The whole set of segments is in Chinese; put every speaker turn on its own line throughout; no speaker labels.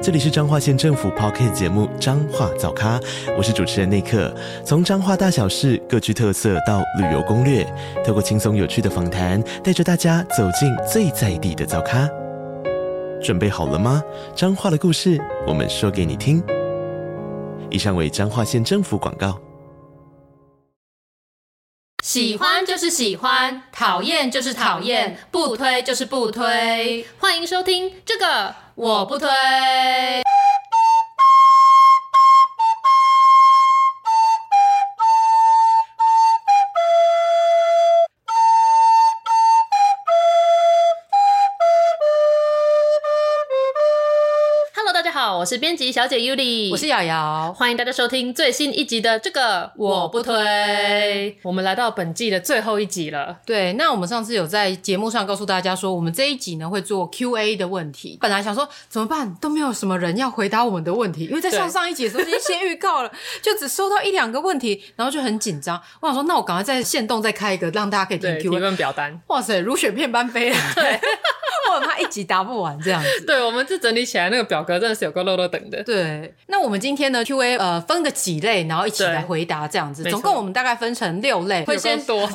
这里是彰化县政府 p o c k t 节目《彰化早咖》，我是主持人内克。从彰化大小事各具特色到旅游攻略，透过轻松有趣的访谈，带着大家走进最在地的早咖。准备好了吗？彰化的故事，我们说给你听。以上为彰化县政府广告。
喜欢就是喜欢，讨厌就是讨厌，不推就是不推。欢迎收听这个我不推。Hello，大家好，我是编辑小姐 Yuli，
我是瑶瑶，
欢迎大家收听最新一集的这个我不推，我们来到本季的最后一集了。
对，那我们上次有在节目上告诉大家说，我们这一集呢会做 Q&A 的问题。本来想说怎么办，都没有什么人要回答我们的问题，因为在
对
上上一集的时候已经先预告了， 就只收到一两个问题，然后就很紧张。我想说，那我赶快在线动再开一个，让大家可以听
对，提
Q&A。
问表单。
哇塞，如雪片般飞了，对，我很怕一集答不完这样子。
对，我们这整理起来那个表格真的是有够漏漏等的。
对，那我们今天呢 Q&A 呃分个几类，然后一起
对
来回答这样子，
没错
总共我们大概分成六类，会
有够
先
多，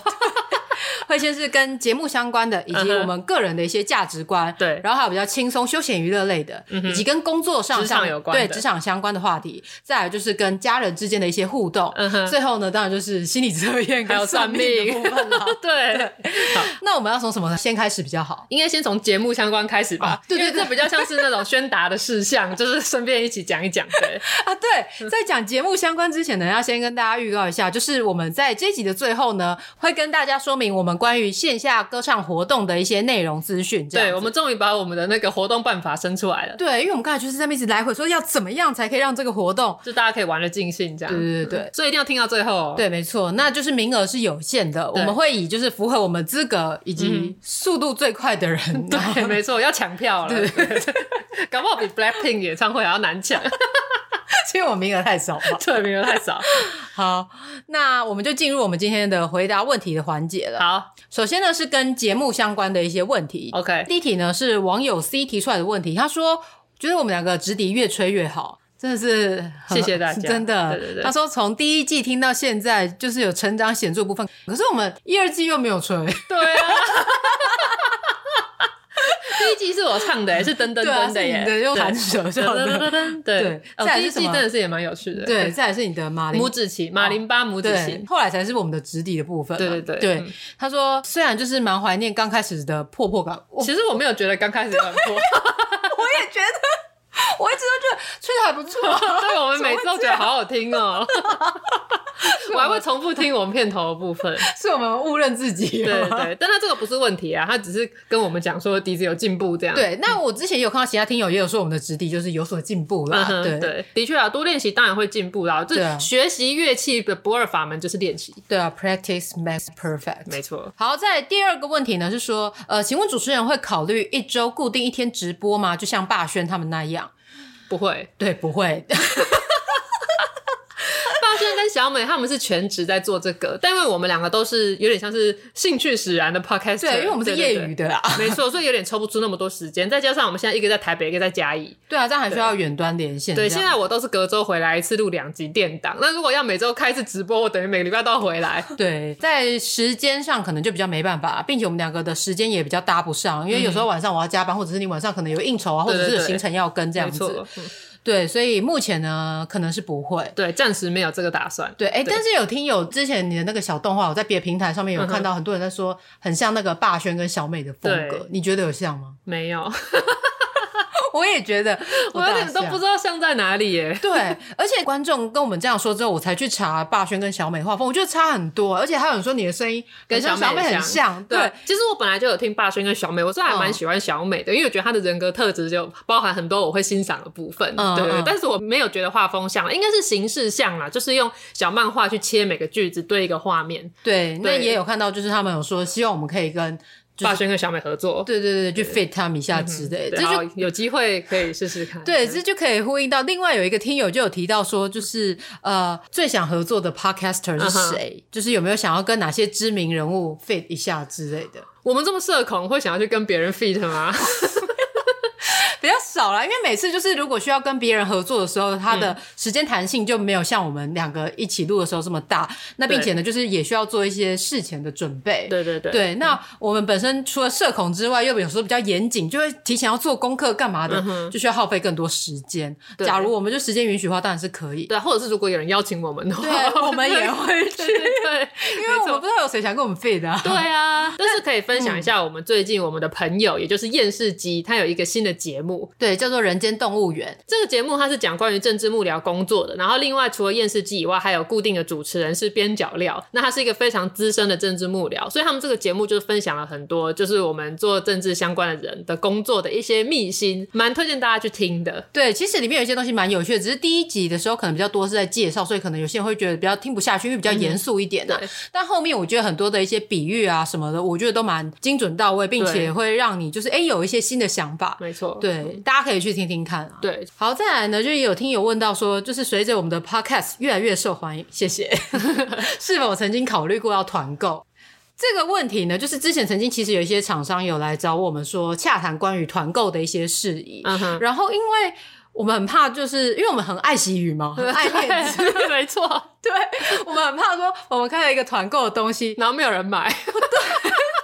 会先是跟节目相关的，以
嗯
及
哼
我们个人的一些价值观，
对嗯
然后还有比较轻松休闲娱乐类的，以及跟工作上
职场
上
有关的
对职场相关的话题，再来就是跟家人之间的一些互动，
嗯哼
最后呢，当然就是心理测验
还有
跟算命的
算命
部分 了。
对，
那我们要从什么先开始比较好？
应该先从节目相关开始
哦
吧，
对对
因为这比较像是那种宣达的事项，就是顺便一起讲一讲。 对，
啊，
嗯
对，在讲节目相关之前呢，要先跟大家预告一下，就是我们在这集的最后呢，会跟大家说明我们关于线下歌唱活动的一些内容资讯。这样
对，
子
我们终于把我们的那个活动办法生出来了，
对，因为我们刚才就是在那边一直来回说要怎么样才可以让这个活动。
就大家可以玩的尽兴这样。
对对对对
所以一定要听到最后哦。
对，没错，那就是名额是有限的，我
对嗯
们会以就是符合我们资格以及速度最快的人，然后
对，没错，要抢票了。
对
对 搞不好比 Blackpink 演唱会还要难抢。
因为我名额太少嘛。
对，名额太少。
好，那我们就进入我们今天的回答问题的环节了。
好
首先呢是跟节目相关的一些问题。
，OK，
第一题呢是网友 C 提出来的问题，他说觉得我们两个直笛越吹越好。真的是很
谢谢大 家
真的。
对对对
他说从第一季听到现在，就是有成长显著的部分。可是我们一二季又没有吹，
对啊。 第一季是我唱的耶，是噔噔
对啊
噔的
是
耶，
你的用
对
弹 舌
噔
唱的
噔噔噔。对
对，
哦
再来
第
是
一
什
季
么
真的是也蛮有趣的。
对，，再来是你的马铃
拇指琴，马林巴拇指
对
琴，。
后来才是我们的直笛的部分嘛。
对对对
对
嗯，
他说虽然就是蛮怀念刚开始的破破 感，我
其实我没有觉得刚开始 很破，
也觉得，我一直都觉得吹的还不错啊。
对我们每次都觉得好好听哦。我还会重复听我们片头的部分，
是我们误认自己
对
了吗。
对，但他这个不是问题啊，他只是跟我们讲说笛子有进步这 样。
对，那我之前有看到其他听友也有说我们的质地就是有所进步
嗯
啦。
哼，
对
对，的确啊，多练习当然会进步啦。
对
这
啊
学习乐器的不二法门就是练习，
对啊，practice makes perfect。
没错。
好，在第二个问题呢是说，呃，请问主持人会考虑一周固定一天直播吗？就像霸轩他们那样？
不会，
对，不会。
霸轩跟小美他们是全职在做这个，但因为我们两个都是有点像是兴趣使然的 podcast，
对，因为我们是业余。的啊。
对对没错，所以有点抽不出那么多时间，再加上我们现在一个在台北，一个在嘉 义。
对啊，这样还需要远端连线。
对，
这
现
样
在我都是隔周回来一次录两集电档。那如果要每周开一次直播，我等于每个礼拜都要回来。
对，在时间上可能就比较没办法，并且我们两个的时间也比较搭不上，因为有时候晚上我要加班，或者是你晚上可能有应酬啊，或
对
者是
对
有
对
行程要跟这样
没
子。
错，嗯
对，所以目前呢，可能是不会。
对，暂时没有这个打算。
对，哎，
对
但是有听友之前你的那个小动画，我在别的平台上面有看到很多人在说，很像那个霸轩跟小美的风格
对，
你觉得有像吗？
没有，
我也觉得，
我有点都不知
道。
道像在哪里耶。
对，而且观众跟我们这样说之后，我才去查霸轩跟小美画风，我觉得差很多。而且还有人说你的声音跟像小美
很
很像，对，嗯
其实我本来就有听霸轩跟小美，我是还蛮喜欢小美的，因为我觉得她的人格特质就包含很多我会欣赏的部分，
嗯
对对对
嗯
但是我没有觉得画风像，应该是形式像啦，就是用小漫画去切每个句子对一个画面。
对，那
对
也有看到，就是他们有说希望我们可以跟就是
霸轩跟小美合作，
对对对，嗯去 fit 他们一下之类，这
对，
就
好有机会可以试试看。
对，这就可以呼应到另外有一个听友就有提到说，就是呃，最想合作的 podcaster 是谁就是有没有想要跟哪些知名人物 fit 一下之类的，
我们这么社恐，会想要去跟别人 fit 吗？
比较少啦。因为每次就是如果需要跟别人合作的时候，他的时间弹性就没有像我们两个一起录的时候这么大。那并且呢，就是也需要做一些事前的准备。
对对 对
对，嗯那我们本身除了社恐之外，又有时候比较严谨，就会提前要做功课干嘛的，就需要耗费更多时间。
对
假如我们就时间允许的话，当然是可 以。
对，或者是如果有人邀请我们的话，
对，我们也会去，
对对，
因为我
没
们
错
不知道有谁想跟我们 fit 的、啊。
对啊，但是可以分享一下我们最近我们的朋友，也就是验视机，他有一个新的节目。
对，叫做《人间动物园
这个节目它是讲关于政治幕僚工作的，然后另外除了验视机以外，还有固定的主持人是边角料，那他是一个非常资深的政治幕僚，所以他们这个节目就分享了很多，就是我们做政治相关的人的工作的一些秘辛，蛮推荐大家去听的》。。
对，其实里面有一些东西蛮有趣的，只是第一集的时候可能比较多是在介绍，所以可能有些人会觉得比较听不下去，因为比较严肃一点的、
嗯
啊
对
但后面我觉得很多的一些比喻啊什么的，我觉得都蛮精准到位，并且
对
会让你就是哎有一些新的想法。
没错，
对，大家可以去听听看啊。
对，
好，再来呢，就有听友问到说，就是随着我们的 podcast 越来越受欢迎，谢 谢，是否曾经考虑过要团购？这个问题呢，就是之前曾经其实有一些厂商有来找我们说洽谈关于团购的一些事宜，
嗯哼，
然后因为我们很怕，就是因为我们很爱惜羽 毛，很爱面子，
对，没错，
对我们很怕说我们看到一个团购的东 西，
然后没有人买，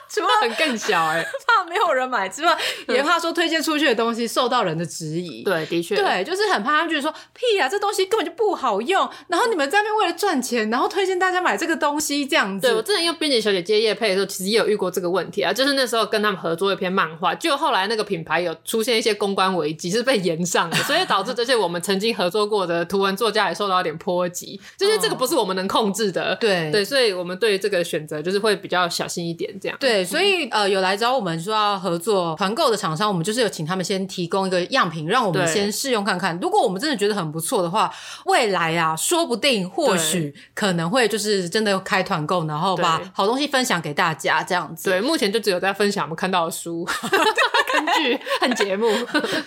除了
很更小哎、
怕没有人买之外，也怕说推荐出去的东西受到人的质疑，
对，的确，
对，就是很怕他们觉得说屁啊，这东西根本就不好用。然后你们在那边为了赚钱，然后推荐大家买这个东西这样
对我
子。
之前用编辑小姐接叶配的时候，其实也有遇过这个问题啊，就是那时候跟他们合作一篇漫画，就后来那个品牌有出现一些公关危机，是被延上的，所以导致这些我们曾经合作过的图文作家也受到一点波及，就是这个不是我们能控制的，
对
对，所以我们对于这个选择就是会比较小心一点，这样，
对，所以呃，有来找我们说要合作团购的厂商，我们就是有请他们先提供一个样品，让我们
对
先试用看看。如果我们真的觉得很不错的话，未来啊，说不定或
对
许可能会就是真的开团购，然后把
对
好东西分享给大家这样子。
对，目前就只有在分享我们看到的书、 看剧、看节目。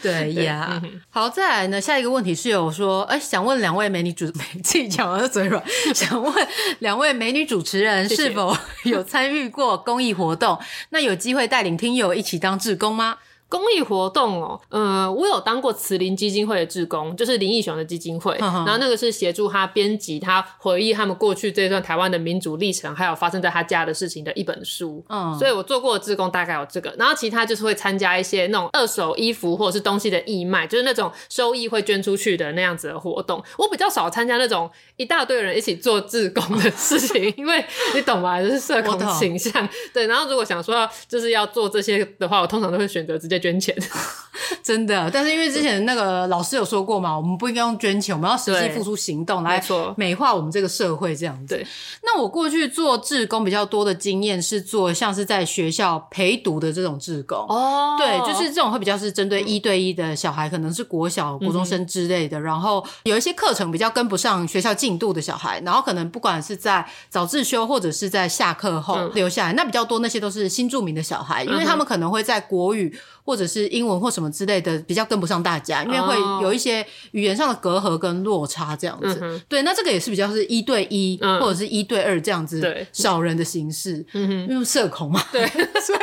对呀，
嗯
好，再来呢，下一个问题是有说，哎、想问两位美女主， 自己讲完就嘴软，想问两位美女主持人
谢谢
是否有参与过公益活动？那有机会带领听友一起当志工吗？
公益活动哦，呃，我有当过慈林基金会的志工，就是林义雄的基金会，
嗯哼
然后那个是协助他编辑他回忆他们过去这段台湾的民主历程，还有发生在他家的事情的一本书。
嗯，
所以我做过的志工大概有这个，然后其他就是会参加一些那种二手衣服或者是东西的义卖，就是那种收益会捐出去的那样子的活动。我比较少参加那种一大堆人一起做志工的事情，因为你懂吗？就是社
我
恐
懂
倾向。对，然后如果想说要就是要做这些的话，我通常都会选择直接捐钱。
真的，但是因为之前那个老师有说过嘛，我们不应该用捐钱，我们要实际
对
付出行动
没
来
错
美化我们这个社会这样子。
对，
那我过去做志工比较多的经验是做像是在学校陪读的这种志工。
哦
对，就是这种会比较是针对一对一的小孩，可能是国小、国
嗯
中生之类的。然后有一些课程比较跟不上学校进度的小孩，然后可能不管是在早自修或者是在下课后
嗯
留下来，那比较多那些都是新住民的小孩，因为
嗯哼
他们可能会在国语或者是英文或什么之类的比较跟不上大家，因为会
哦
有一些语言上的隔阂跟落差这样
嗯
子
哼。
对，那这个也是比较是一对一
嗯
或者是一对二这样子
对
少人的形式，
嗯
因为社恐嘛。
对，
所以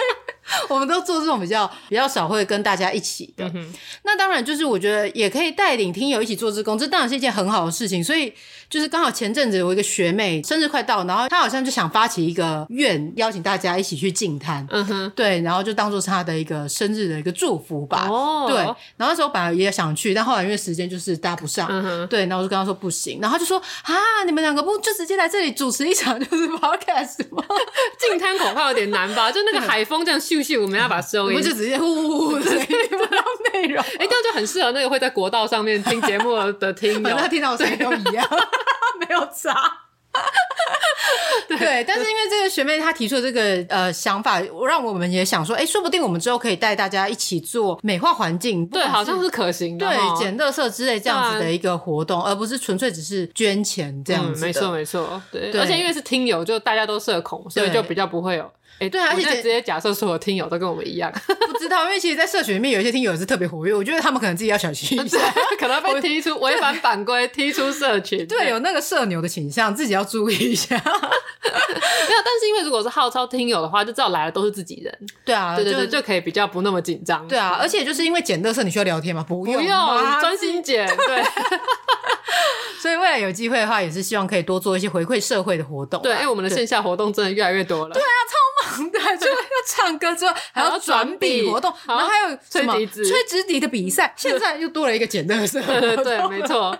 我们都做这种比较比较少会跟大家一起的。
嗯哼
那当然就是我觉得也可以带领听友一起做志工，这当然是一件很好的事情。所以就是刚好前阵子有一个学妹生日快到，然后她好像就想发起一个愿，邀请大家一起去净滩。
嗯哼，
对，然后就当做是她的一个生日的一个祝福吧。
哦
对，然后那时候本来也想去，但后来因为时间就是搭不上，
嗯哼，
对，然后我就跟他说不行，然后他就说啊，你们两个不就直接来这里主持一场就是 podcast 吗？
进滩恐怕有点难吧？就那个海风这样咻咻，我们要把它 收
我
音
们。就直接呼呼呼，对，不到内容。
哎、这样就很适合那个会在国道上面听节目的听
反 正。
友
他听到的声音都一样， 没有差。对，但是因为这个学妹她提出的这个呃想法，让我们也想说，哎、说不定我们之后可以带大家一起做美化环境，不
对，
管
好像是可行的
对
齁。
捡垃圾之类这样子
对啊
的一个活动，而不是纯粹只是捐钱这样
嗯，
子的、
没错没错，对，
对
而且因为是听友，就大家都社恐，所以
对
就比较不会有
哎，对
对，
啊，
而
而
且
且
直接假设所有听友都跟我们 一样，
不知道，因为其实，在社群里面有一些听友是特别活跃，我觉得他们可能自己要小心一下。
可能被踢出违反版规，踢出 社群。
对，有那个社牛的倾向，自己要注意一下。
没有，但是因为如果是号召听友的话，就知道来的都是自己人，
对啊，
对对对，
就
就可以比较不那么紧张。
对啊，而且就是因为捡乐色，你需要聊天嘛，不
不用
用啊
专心 剪，对
所以未来有机会的话，也是希望可以多做一些回馈社会的活动啊。
对，因为我们 的线下活动真的越来越多了。对啊，
对，就要唱歌之后还
还
要
要转
转
笔
笔活动，
还要
然后还有
吹
什么
笛子
吹直笛的比 赛，现在又多了一个捡乐色。
对对对，没错，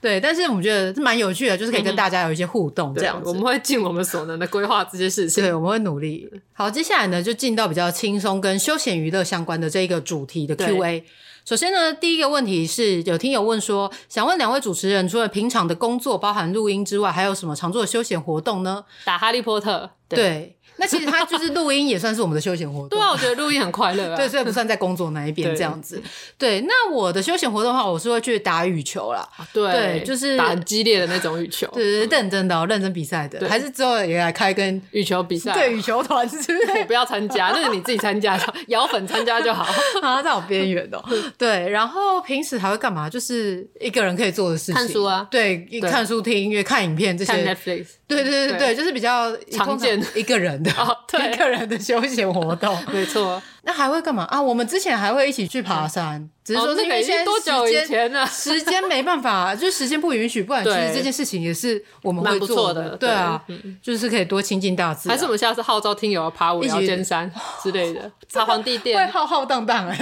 对，但是我们觉得蛮有趣的，就是可以跟大家有一些互动 这
嗯对
样子
我。们会尽我们所能的规划这些事情。
对，我们会努力。好，接下来呢，就进到比较轻松跟休闲娱乐相关的这一个主题的
对
Q&A。首先呢，第一个问题是有听友问说，想问两位主持人，除了平常的工作包含录音之外，还有什么常做的休闲活动呢？
打哈利波特，
对，那其实它就是录音也算是我们的休闲活动。
对啊，我觉得录音很快乐啊。
对，所以不算在工作那一边
对
这样子。对，那我的休闲活动的话，我是会去打羽球啦，
哦对
对就是
打很激烈的那种羽球，
对对，对认真的、哦，认真比赛的，
嗯对
还是之后也来开跟
羽球比赛。
对羽球团之
我
类
不要参加，那个你自己参加就好，摇粉参加就好。
啊，在我边缘 哦。对，然后平时还会干嘛？就是一个人可以做的事情，
看书啊
对，一
对
看书、听音乐、看影片这
看
些。
Netflix，
对对对
对
对，就是比较
常见
通常一个人的
哦对
一个人的休闲活 动。
没错。
那还会干嘛啊？我们之前还会一起去爬山，只是
哦
说是
那
因
个
为
已经
现在
多久
时
以
间
前了
时间没办 法，就是时间不允许。不然其
对
实这件事情也是我们
蛮
会
不
做
错的嗯
对啊， 就是可以多亲近大自然，
还是我们下次号召听友爬五
一起
聊尖山之类 的，爬皇帝
会
殿。
浩浩荡荡啊，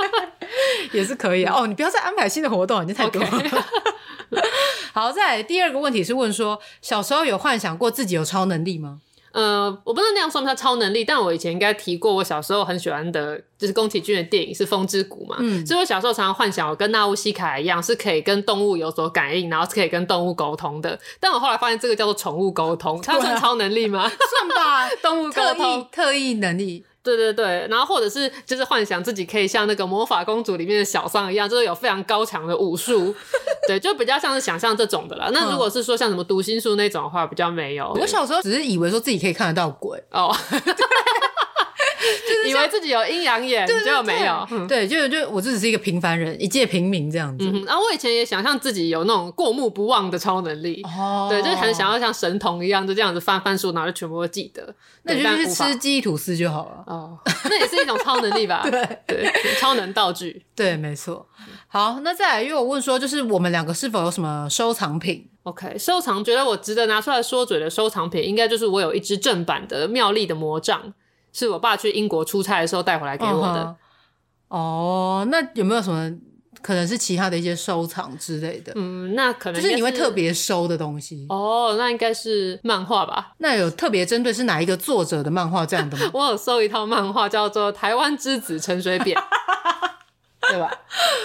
也是可以
嗯
啊。哦，你不要再安排新的活动，已经太多了。 好，再来第二个问题是问说，小时候有幻想过自己有超能力吗？
呃，我不知道那样算不算超能力，但我以前应该提过，我小时候很喜欢的就是宫崎骏的电影是《风之谷》嘛，
嗯
所以我小时候常常幻想我跟纳乌西卡一样，是可以跟动物有所感应，然后是可以跟动物沟通的。但我后来发现这个叫做宠物沟通，它
啊
算超能力吗？
算 吧，
动物沟
特
通
异，特异能力，
对对对，然后或者是就是幻想自己可以像那个魔法公主里面的小桑一样，就是有非常高强的武术，对，就比较像是想象这种的啦。那如果是说像什么读心术那种的话，比较没有。
嗯我小时候只是以为说自己可以看得到鬼，
哦，以为自己有阴阳眼，结果没有。嗯
对，就就我就只是一个平凡人，一介平民这样子。
嗯，然后我以前也想象自己有那种过目不忘的超能力，
哦
对，就是很想。要像神童一样，就这样子翻翻书，然后就全部都记得。
那你
对
就
但
去
无法
吃记忆吐司就好了。
哦， 那也是一种超能力吧？ 对对，超能道具。
对，没错。好，那再来，因为我问说，就是我们两个是否有什么收藏品？
OK，收藏觉得我值得拿出来说嘴的收藏品，应该就是我有一支正版的妙丽的魔杖，是我爸去英国出差的时候带回来给我的。
嗯哼。哦，那有没有什么可能是其他的一些收藏之类的？
嗯，那可能
就是你
应该
会特别收的东西。
哦，那应该是漫画吧。？
那有特别针对是哪一个作者的漫画这样的吗
我有搜一套漫画叫做《台湾之子陈水 扁》。对吧？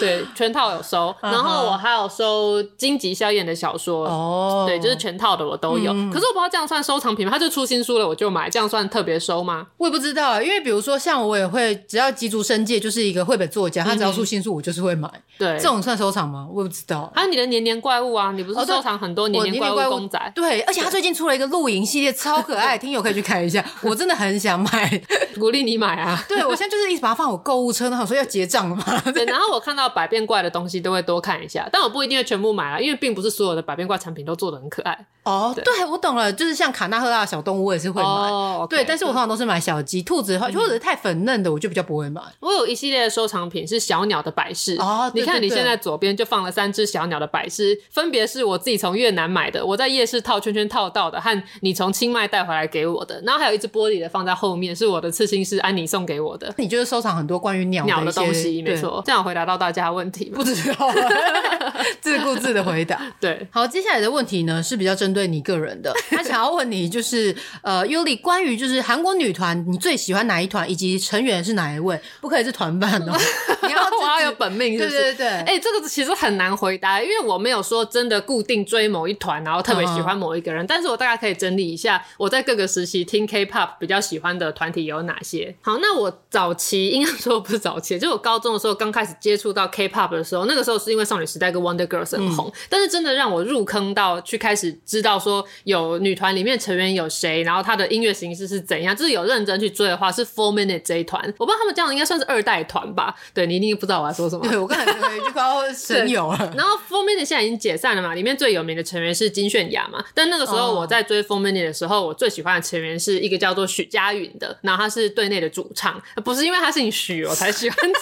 对，全套有收，然后我还有收荆棘萧炎的小说，
嗯哦，
对，就是全套的我都有。
嗯
可是我不知道这样算收藏品吗？他就出新书了，我就买，这样算特别收吗？
我也不知道啊，因为比如说像我也会，只要吉竹伸介就是一个绘本作家，他只要出新书，我就是会买。
嗯对，
这种算收藏吗？我也不知道。
还有你的年年怪物啊，你不是
哦对
收藏很多年
我
年
年
怪物公仔？
对，而且他最近出了一个露营系列，超可爱，听友可以去看一 下。我真的很想买，
鼓励你买啊。
对我现在就是一直把它放我购物车，然后我说要结账了嘛。
对，然后我看到百变怪的东西都会多看一下，但我不一定会全部买啊，因为并不是所有的百变怪产品都做的很可爱。
哦，
对
对，我懂了，就是像卡纳赫拉的小动物，我也是会买。
哦嗯
对，但是我通常都是买小鸡、兔子的话，或者是太粉嫩的，我就比较不会买。
我有一系列的收藏品是小鸟的摆饰
哦对
你看
对
你
对
现在左边就放了三只小鸟的摆饰，分别是我自己从越南买的，我在夜市套圈圈套到的，和你从清迈带回来给我的，然后还有一只玻璃的放在后面，是我的刺青师安妮送给我的
你就是收藏很多关于鸟
鸟
的
的
一些
东西，没，错。这样有回答到大家的问题吗？
对不知道，哎自顾自的回 答。
对，
好，接下来的问题呢是比较针对你个人 的，他想要问你就是呃，尤里关于就是韩国女团，你最喜欢哪一团，以及成员是哪一位？不可以是团饭 哦，你要自
我要
己
有本命是不是？
对对对
哎、这个其实很难回答，因为我没有说真的固定追某一团，然后特别
嗯
喜欢某一个人。但是我大概可以整理一下，我在各个时期听 K-pop 比较喜欢的团体有哪哪些？好，那我早期应该说不是早期， 就我高中的时候刚开始接触到 K-pop 的时候，那个时候是因为少女时代跟 Wonder Girls 很红，但是真的让我入坑到去开始知道说有女团里面成员有谁，然后她的音乐形式是怎样，就是有认真去追的话是 Four Minute 这一团，我不知道他们这样应该算是二代团吧？对你一定不知道我在说什么。
对我刚才有一句 高神友了，
然后 Four Minute 现在已经解散了嘛，里面最有名的成员是金泫雅嘛。但那个时候
哦
我在追 Four Minute 的时候，我最喜欢的成员是一个叫做许佳允的，然后她是队内的主唱，呃不是因为她姓许我才喜 欢她，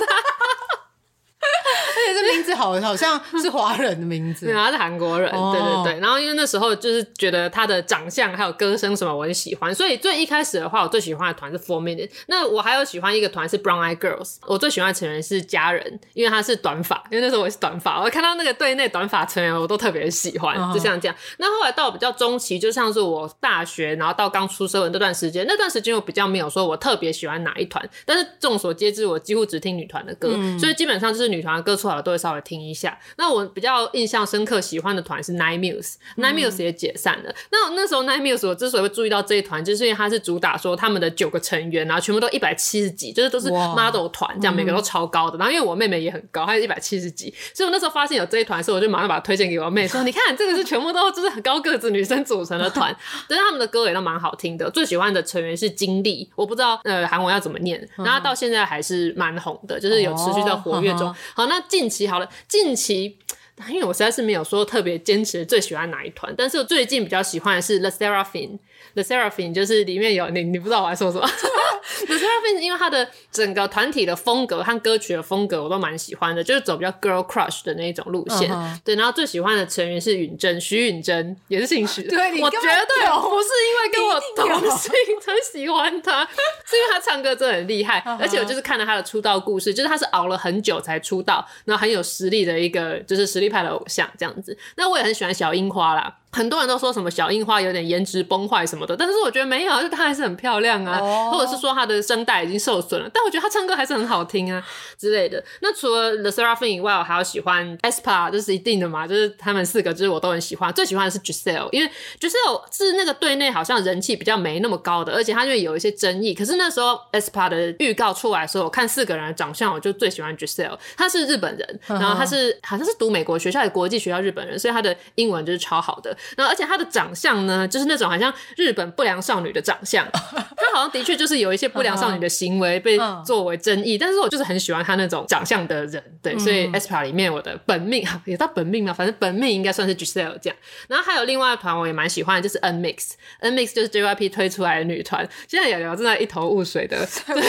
而且这名字好好像是华人的名字
对，然后她是韩国人，
哦
对对对。然后因为那时候就是觉得她的长相还有歌声什么我很喜欢，所以最一开始的话，我最喜欢的团是 Four Minute。那我还有喜欢一个团是 Brown Eye Girls，我最喜欢的成员是佳人，因为她是短发，因为那时候我也是短发，我看到那个队内短发成员我都特别喜欢，
嗯
就像这样。那后来到比较中期，就像是我大学，然后到刚出社会那段时间，那段时间我比较没有说我特别喜欢哪一团，但是众所皆知，我几乎只听女团的歌，所以基本上就是女团的歌出好了都会稍微听一下。那我比较印象深刻喜欢的团是 Nine Muse，Nine Muse 也解散了。那我那时候 Nine Muse 我之所以会注意到这一团，就是因为它是主打说他们的九个成员，然后全部都一百七十几，就是都是
哇
model 团，这样每个都超高的。然后因为我妹妹也很高，她是一百七十几，所以我那时候发现有这一团的时候，我就马上把它推荐给我妹说：“你看，这个是全部都就是很高个子女生组成的团，但是他们的歌也都蛮好听的。最喜欢的成员是金立，我不知道呃韩文要怎么念，然后她到现在还是蛮红的，就是有持续在活跃中。
哦
好，那近期好了，近期。因为我实在是没有说特别坚持最喜欢哪一团，但是我最近比较喜欢的是 The Seraphim。The Seraphim 就是里面有你，你不知道我在说什么。The Seraphim 因为它的整个团体的风格和歌曲的风格我都蛮喜欢的，就是走比较 girl crush 的那一种路线。
嗯哼
对，然后最喜欢的成员是允珍，徐允珍也是姓徐的。
对你
我绝
根本
对
有
不是因为跟我
你一定有
同性才喜欢他，是因为他唱歌真的很厉害，而且我就是看了他的出道故事，就是他是熬了很久才出道，然后很有实力的一个就是实力派的偶像这样子。那我也很喜欢小樱花啦。很多人都说什么小樱花有点颜值崩坏什么的，但是我觉得没有，啊就她还是很漂亮啊
哦
或者是说她的声带已经受损了，但我觉得她唱歌还是很好听啊之类的。那除了 The Seraphim 以外，我还要喜欢 aespa，这是一定的嘛，就是他们四个，就是我都很喜欢。最喜欢的是 Giselle，因为 Giselle 是那个队内好像人气比较没那么高的，而且她就有一些争议。可是那时候 aespa 的预告出来的时候，我看四个人的长相，我就最喜欢 Giselle。她是日本人，然后她是好像是读美国学校，还是国际学校日本人，所以她的英文就是超好的。然后而且她的长相呢，就是那种好像日本不良少女的长相，她好像的确就是有一些不良少女的行为被
嗯
作为争议，但是我就是很喜欢她那种长相的人，对，所以 aespa 里面我的本命 也到本命嘛，反正本命应该算是 Giselle 这样。然后还有另外一团我也蛮喜欢的，就是 NMIX，NMIX 就是 JYP 推出来的女团，现在也聊正在一头雾水的
我就想说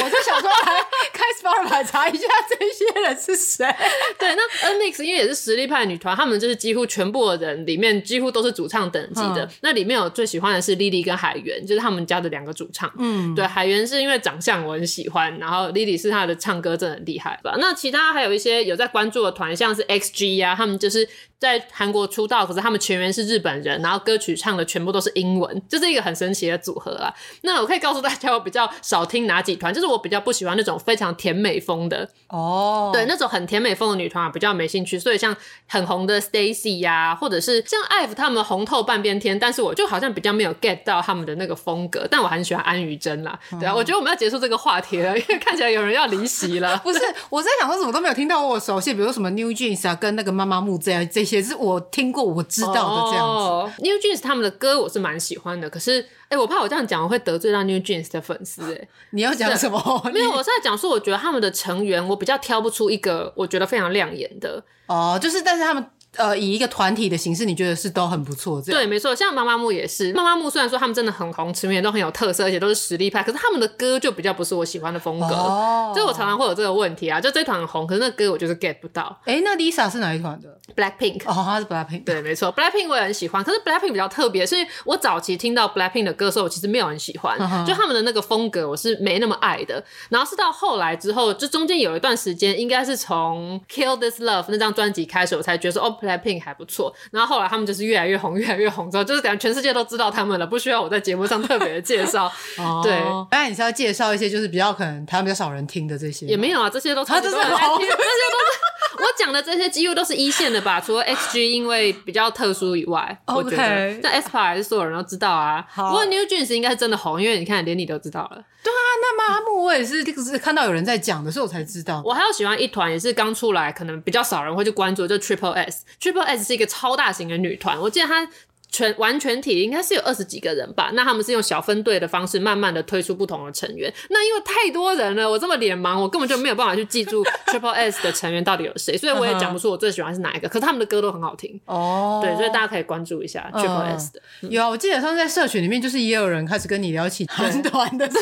来开 Spotify 查一下这些人是谁。
对，那 NMIX 因为也是实力派女团，她们就是几乎全部的人里面几乎都是主唱等级的。
嗯
那里面我最喜欢的是莉莉跟海源，就是他们家的两个主唱。
嗯，
对，海源是因为长相我很喜欢，然后 Lily 是她的唱歌真的很厉害吧。那其他还有一些有在关注的团，像是 XG 呀、啊，他们就是在韩国出道，可是他们全员是日本人，然后歌曲唱的全部都是英文，就是一个很神奇的组合啊。那我可以告诉大家，我比较少听哪几团，就是我比较不喜欢那种非常甜美风的，
哦，
对，那种很甜美风的女团我啊比较没兴趣，所以像很红的 Stacy 呀、或者是像 IVE 他们红透半边天，但是我就好像比较没有 get 到他们的那个风格，但我很喜欢安于真啦。
嗯
对啊，我觉得我们要结束这个话题了，因为看起来有人要离 席了。
不是，我在想说，怎么都没有听到我熟悉，比如说什么 New Jeans 啊，跟那个妈妈木这样这些，是我听过我知道的这样子。
哦、New Jeans 他们的歌我是蛮喜欢的，可是哎、我怕我这样讲我会得罪到 New Jeans 的粉丝哎、
你要讲什么？
没有，
你
我是在讲说，我觉得他们的成员我比较挑不出一个我觉得非常亮眼的，
哦，就是但是他们呃以一个团体的形式，你觉得是都很不错这样。
对，没错，像妈妈木也是，妈妈木虽然说他们真的很红，成员都很有特色，而且都是实力派，可是他们的歌就比较不是我喜欢的风格，
哦，
所以我常常会有这个问题啊，就这团很红，可是那歌我就是 get 不到。
哎、那 Lisa 是哪一团的？
Blackpink，、
哦，她是 BLACKPINK。
对，没错，Blackpink 我也很喜欢，可是 Blackpink 比较特别，所以我早期听到 Blackpink 的歌的时候，我其实没有很喜欢
嗯哼
就他们的那个风格我是没那么爱的。然后是到后来之后，就中间有一段时间，应该是从《Kill This Love》那张专辑开始，我才觉得说哦，Blackpink 还不错。然后后来他们就是越来越红，越来越红之后，就是感觉全世界都知道他们了，不需要我在节目上特别的介绍，
哦
对
那你是要介绍一些就是比较可能台湾比较少人听的这些吗，
也没有啊，这些都超级多人在
啊这是
听，
好
这些都是我讲的这些几乎都是一线的吧，除 了 XG 因为比较特殊以外，我觉得
OK
那 s p a 还是所有人都知道啊。
好
不过 New Jeans 应该是真的红，因为你看连你都知道了。
对啊，那妈木我也是就是看到有人在讲的，所以我才知道。
我还有喜欢一团，也是刚出来，可能比较少人会去关注，就 Triple S。Triple S 是一个超大型的女团，我记得她全完全体应该是有二十几个人吧。那他们是用小分队的方式，慢慢的推出不同的成员。那因为太多人了，我这么脸盲，我根本就没有办法去记住 Triple S 的成员到底有谁，所以我也讲不出我最喜欢是哪一个。可是他们的歌都很好听，
哦
对，所以大家可以关注一下 Triple S 的。
有啊，我记得上次在社群里面，就是也有人开始跟你聊起韩团 的事，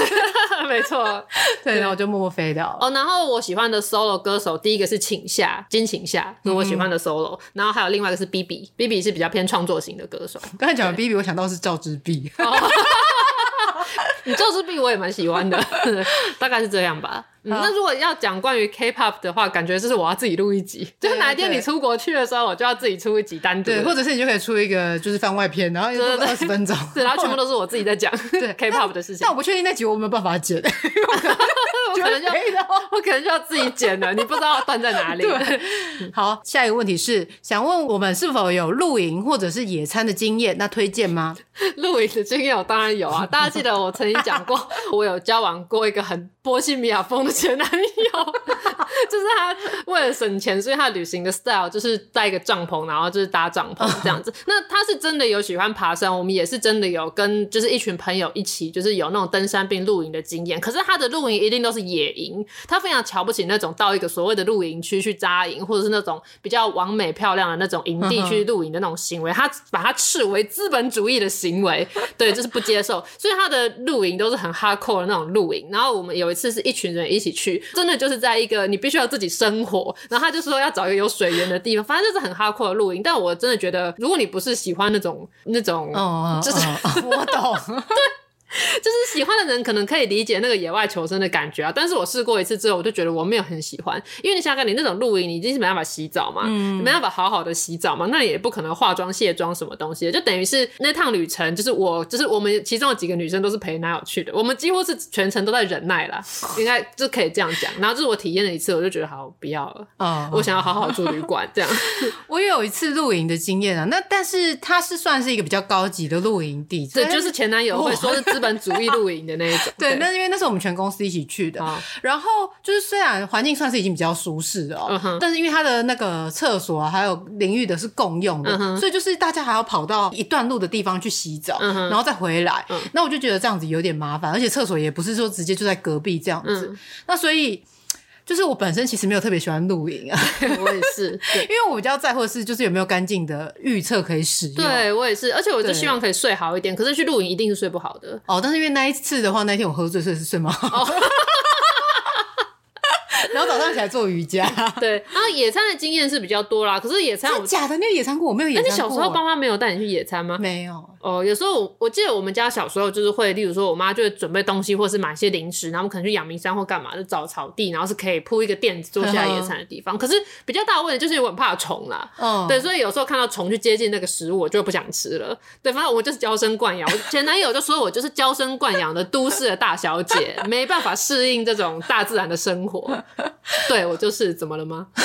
没错。
对，然后我就默默飞掉了。
哦，然后我喜欢的 solo 歌手，第一个是请夏，金请夏是我喜欢的
嗯
solo，、然后还有另外一个是 B B，B B 是比较偏创作型的歌手。
刚才讲的 B B，我想到是赵之璧，
哦你就是 B 我也蛮喜欢的， 大概是这样吧。嗯、那如果要讲关于 K-pop 的话，感觉就是我要自己录一集，就是哪一天
对
你出国去的时候，我就要自己出一集单独的，
对，或者是你就可以出一个就是番外篇，然后
对对
二十分钟，
对，然后全部都是我自己在讲
对
K-pop 的事情
但，我不确定那集我有没有办法剪，我
我 可能就
可以的哦。
我可能就要自己剪了，你不知道要断在哪里。嗯
对，好，下一个问题是想问我们是否有露营或者是野餐的经验？那推荐吗？
露营的经验我当然有啊，大家记得我曾经讲过， 我有交往过一个很波西米亚风的前男友， 就是他为了省钱，所以他旅行的 style 就是带一个帐篷，然后就是搭帐篷这样子。那他是真的有喜欢爬山，我们也是真的有跟就是一群朋友一起，就是有那种登山并露营的经验。可是他的露营一定都是野营，他非常瞧不起那种到一个所谓的露营区去扎营，或者是那种比较完美漂亮的那种营地去露营的那种行为，他把它视为资本主义的行为，对，这是不接受。所以他的露营都是很 hardcore 的那种露营。然后我们有一次是一群人一起去，真的就是在一个你必须要自己生活，然后他就说要找一个有水源的地方，反正就是很 hardcore 的露营。但我真的觉得，如果你不是喜欢那种那种
哦，
就是
哦 哦我懂，
就是喜欢的人可能可以理解那个野外求生的感觉啊，但是我试过一次之后，我就觉得我没有很喜欢，因为你想想看，你那种露营，你一定是没办法洗澡嘛，
嗯
没办法好好的洗澡嘛，那也不可能化妆卸妆什么东西的，就等于是那趟旅程，就是我，就是我们其中有几个女生都是陪男友去的，我们几乎是全程都在忍耐啦，
哦
应该就可以这样讲。然后就是我体验了一次，我就觉得好不要 了，
哦，
我想要好好住旅馆这样。
我也有一次露营的经验啊，那但是它是算是一个比较高级的露营地，
这
但
就是前男友会说是资本主义露营的那一种，
对，那因为那是我们全公司一起去的，
好
然后就是虽然环境算是已经比较舒适了哦、
嗯哼
但是因为它的那个厕所啊还有淋浴的是共用的，
嗯哼
所以就是大家还要跑到一段路的地方去洗澡，
嗯哼
然后再回来。
嗯
那我就觉得这样子有点麻烦，而且厕所也不是说直接就在隔壁这样子，
嗯
那所以。就是我本身其实没有特别喜欢露营啊，
我也是，对
因。为我比较在乎的是就是有没有干净的预测可以使用。
对我也是，而且我就
对
希望可以睡好一点，可是去露营一定是睡不好的。
哦，但是因为那一次的话，那一天我喝醉，所以是睡蛮
哦
好。 然后早上起来做瑜伽，
对，然后野餐的经验是比较多啦，可是野餐
啊真的，
我
假的？你有野餐过？我没有野
那
餐
你
过。啊
小时候爸妈没有带你去野餐吗？
没有？
哦，有时候我我记得我们家小时候就是会，例如说我妈就会准备东西，或是买一些零食，然后我们可能去阳明山或干嘛，就找草地，然后是可以铺一个垫子坐下来野餐的地方。可是比较大的问题就是我很怕虫啦，
嗯，
对，，所以有时候看到虫去接近那个食物，我就不想吃了。对，反正我就是娇生惯养。我前男友就说我就是娇生惯养的都市的大小姐，没办法适应这种大自然的生活。对我就是怎么了吗？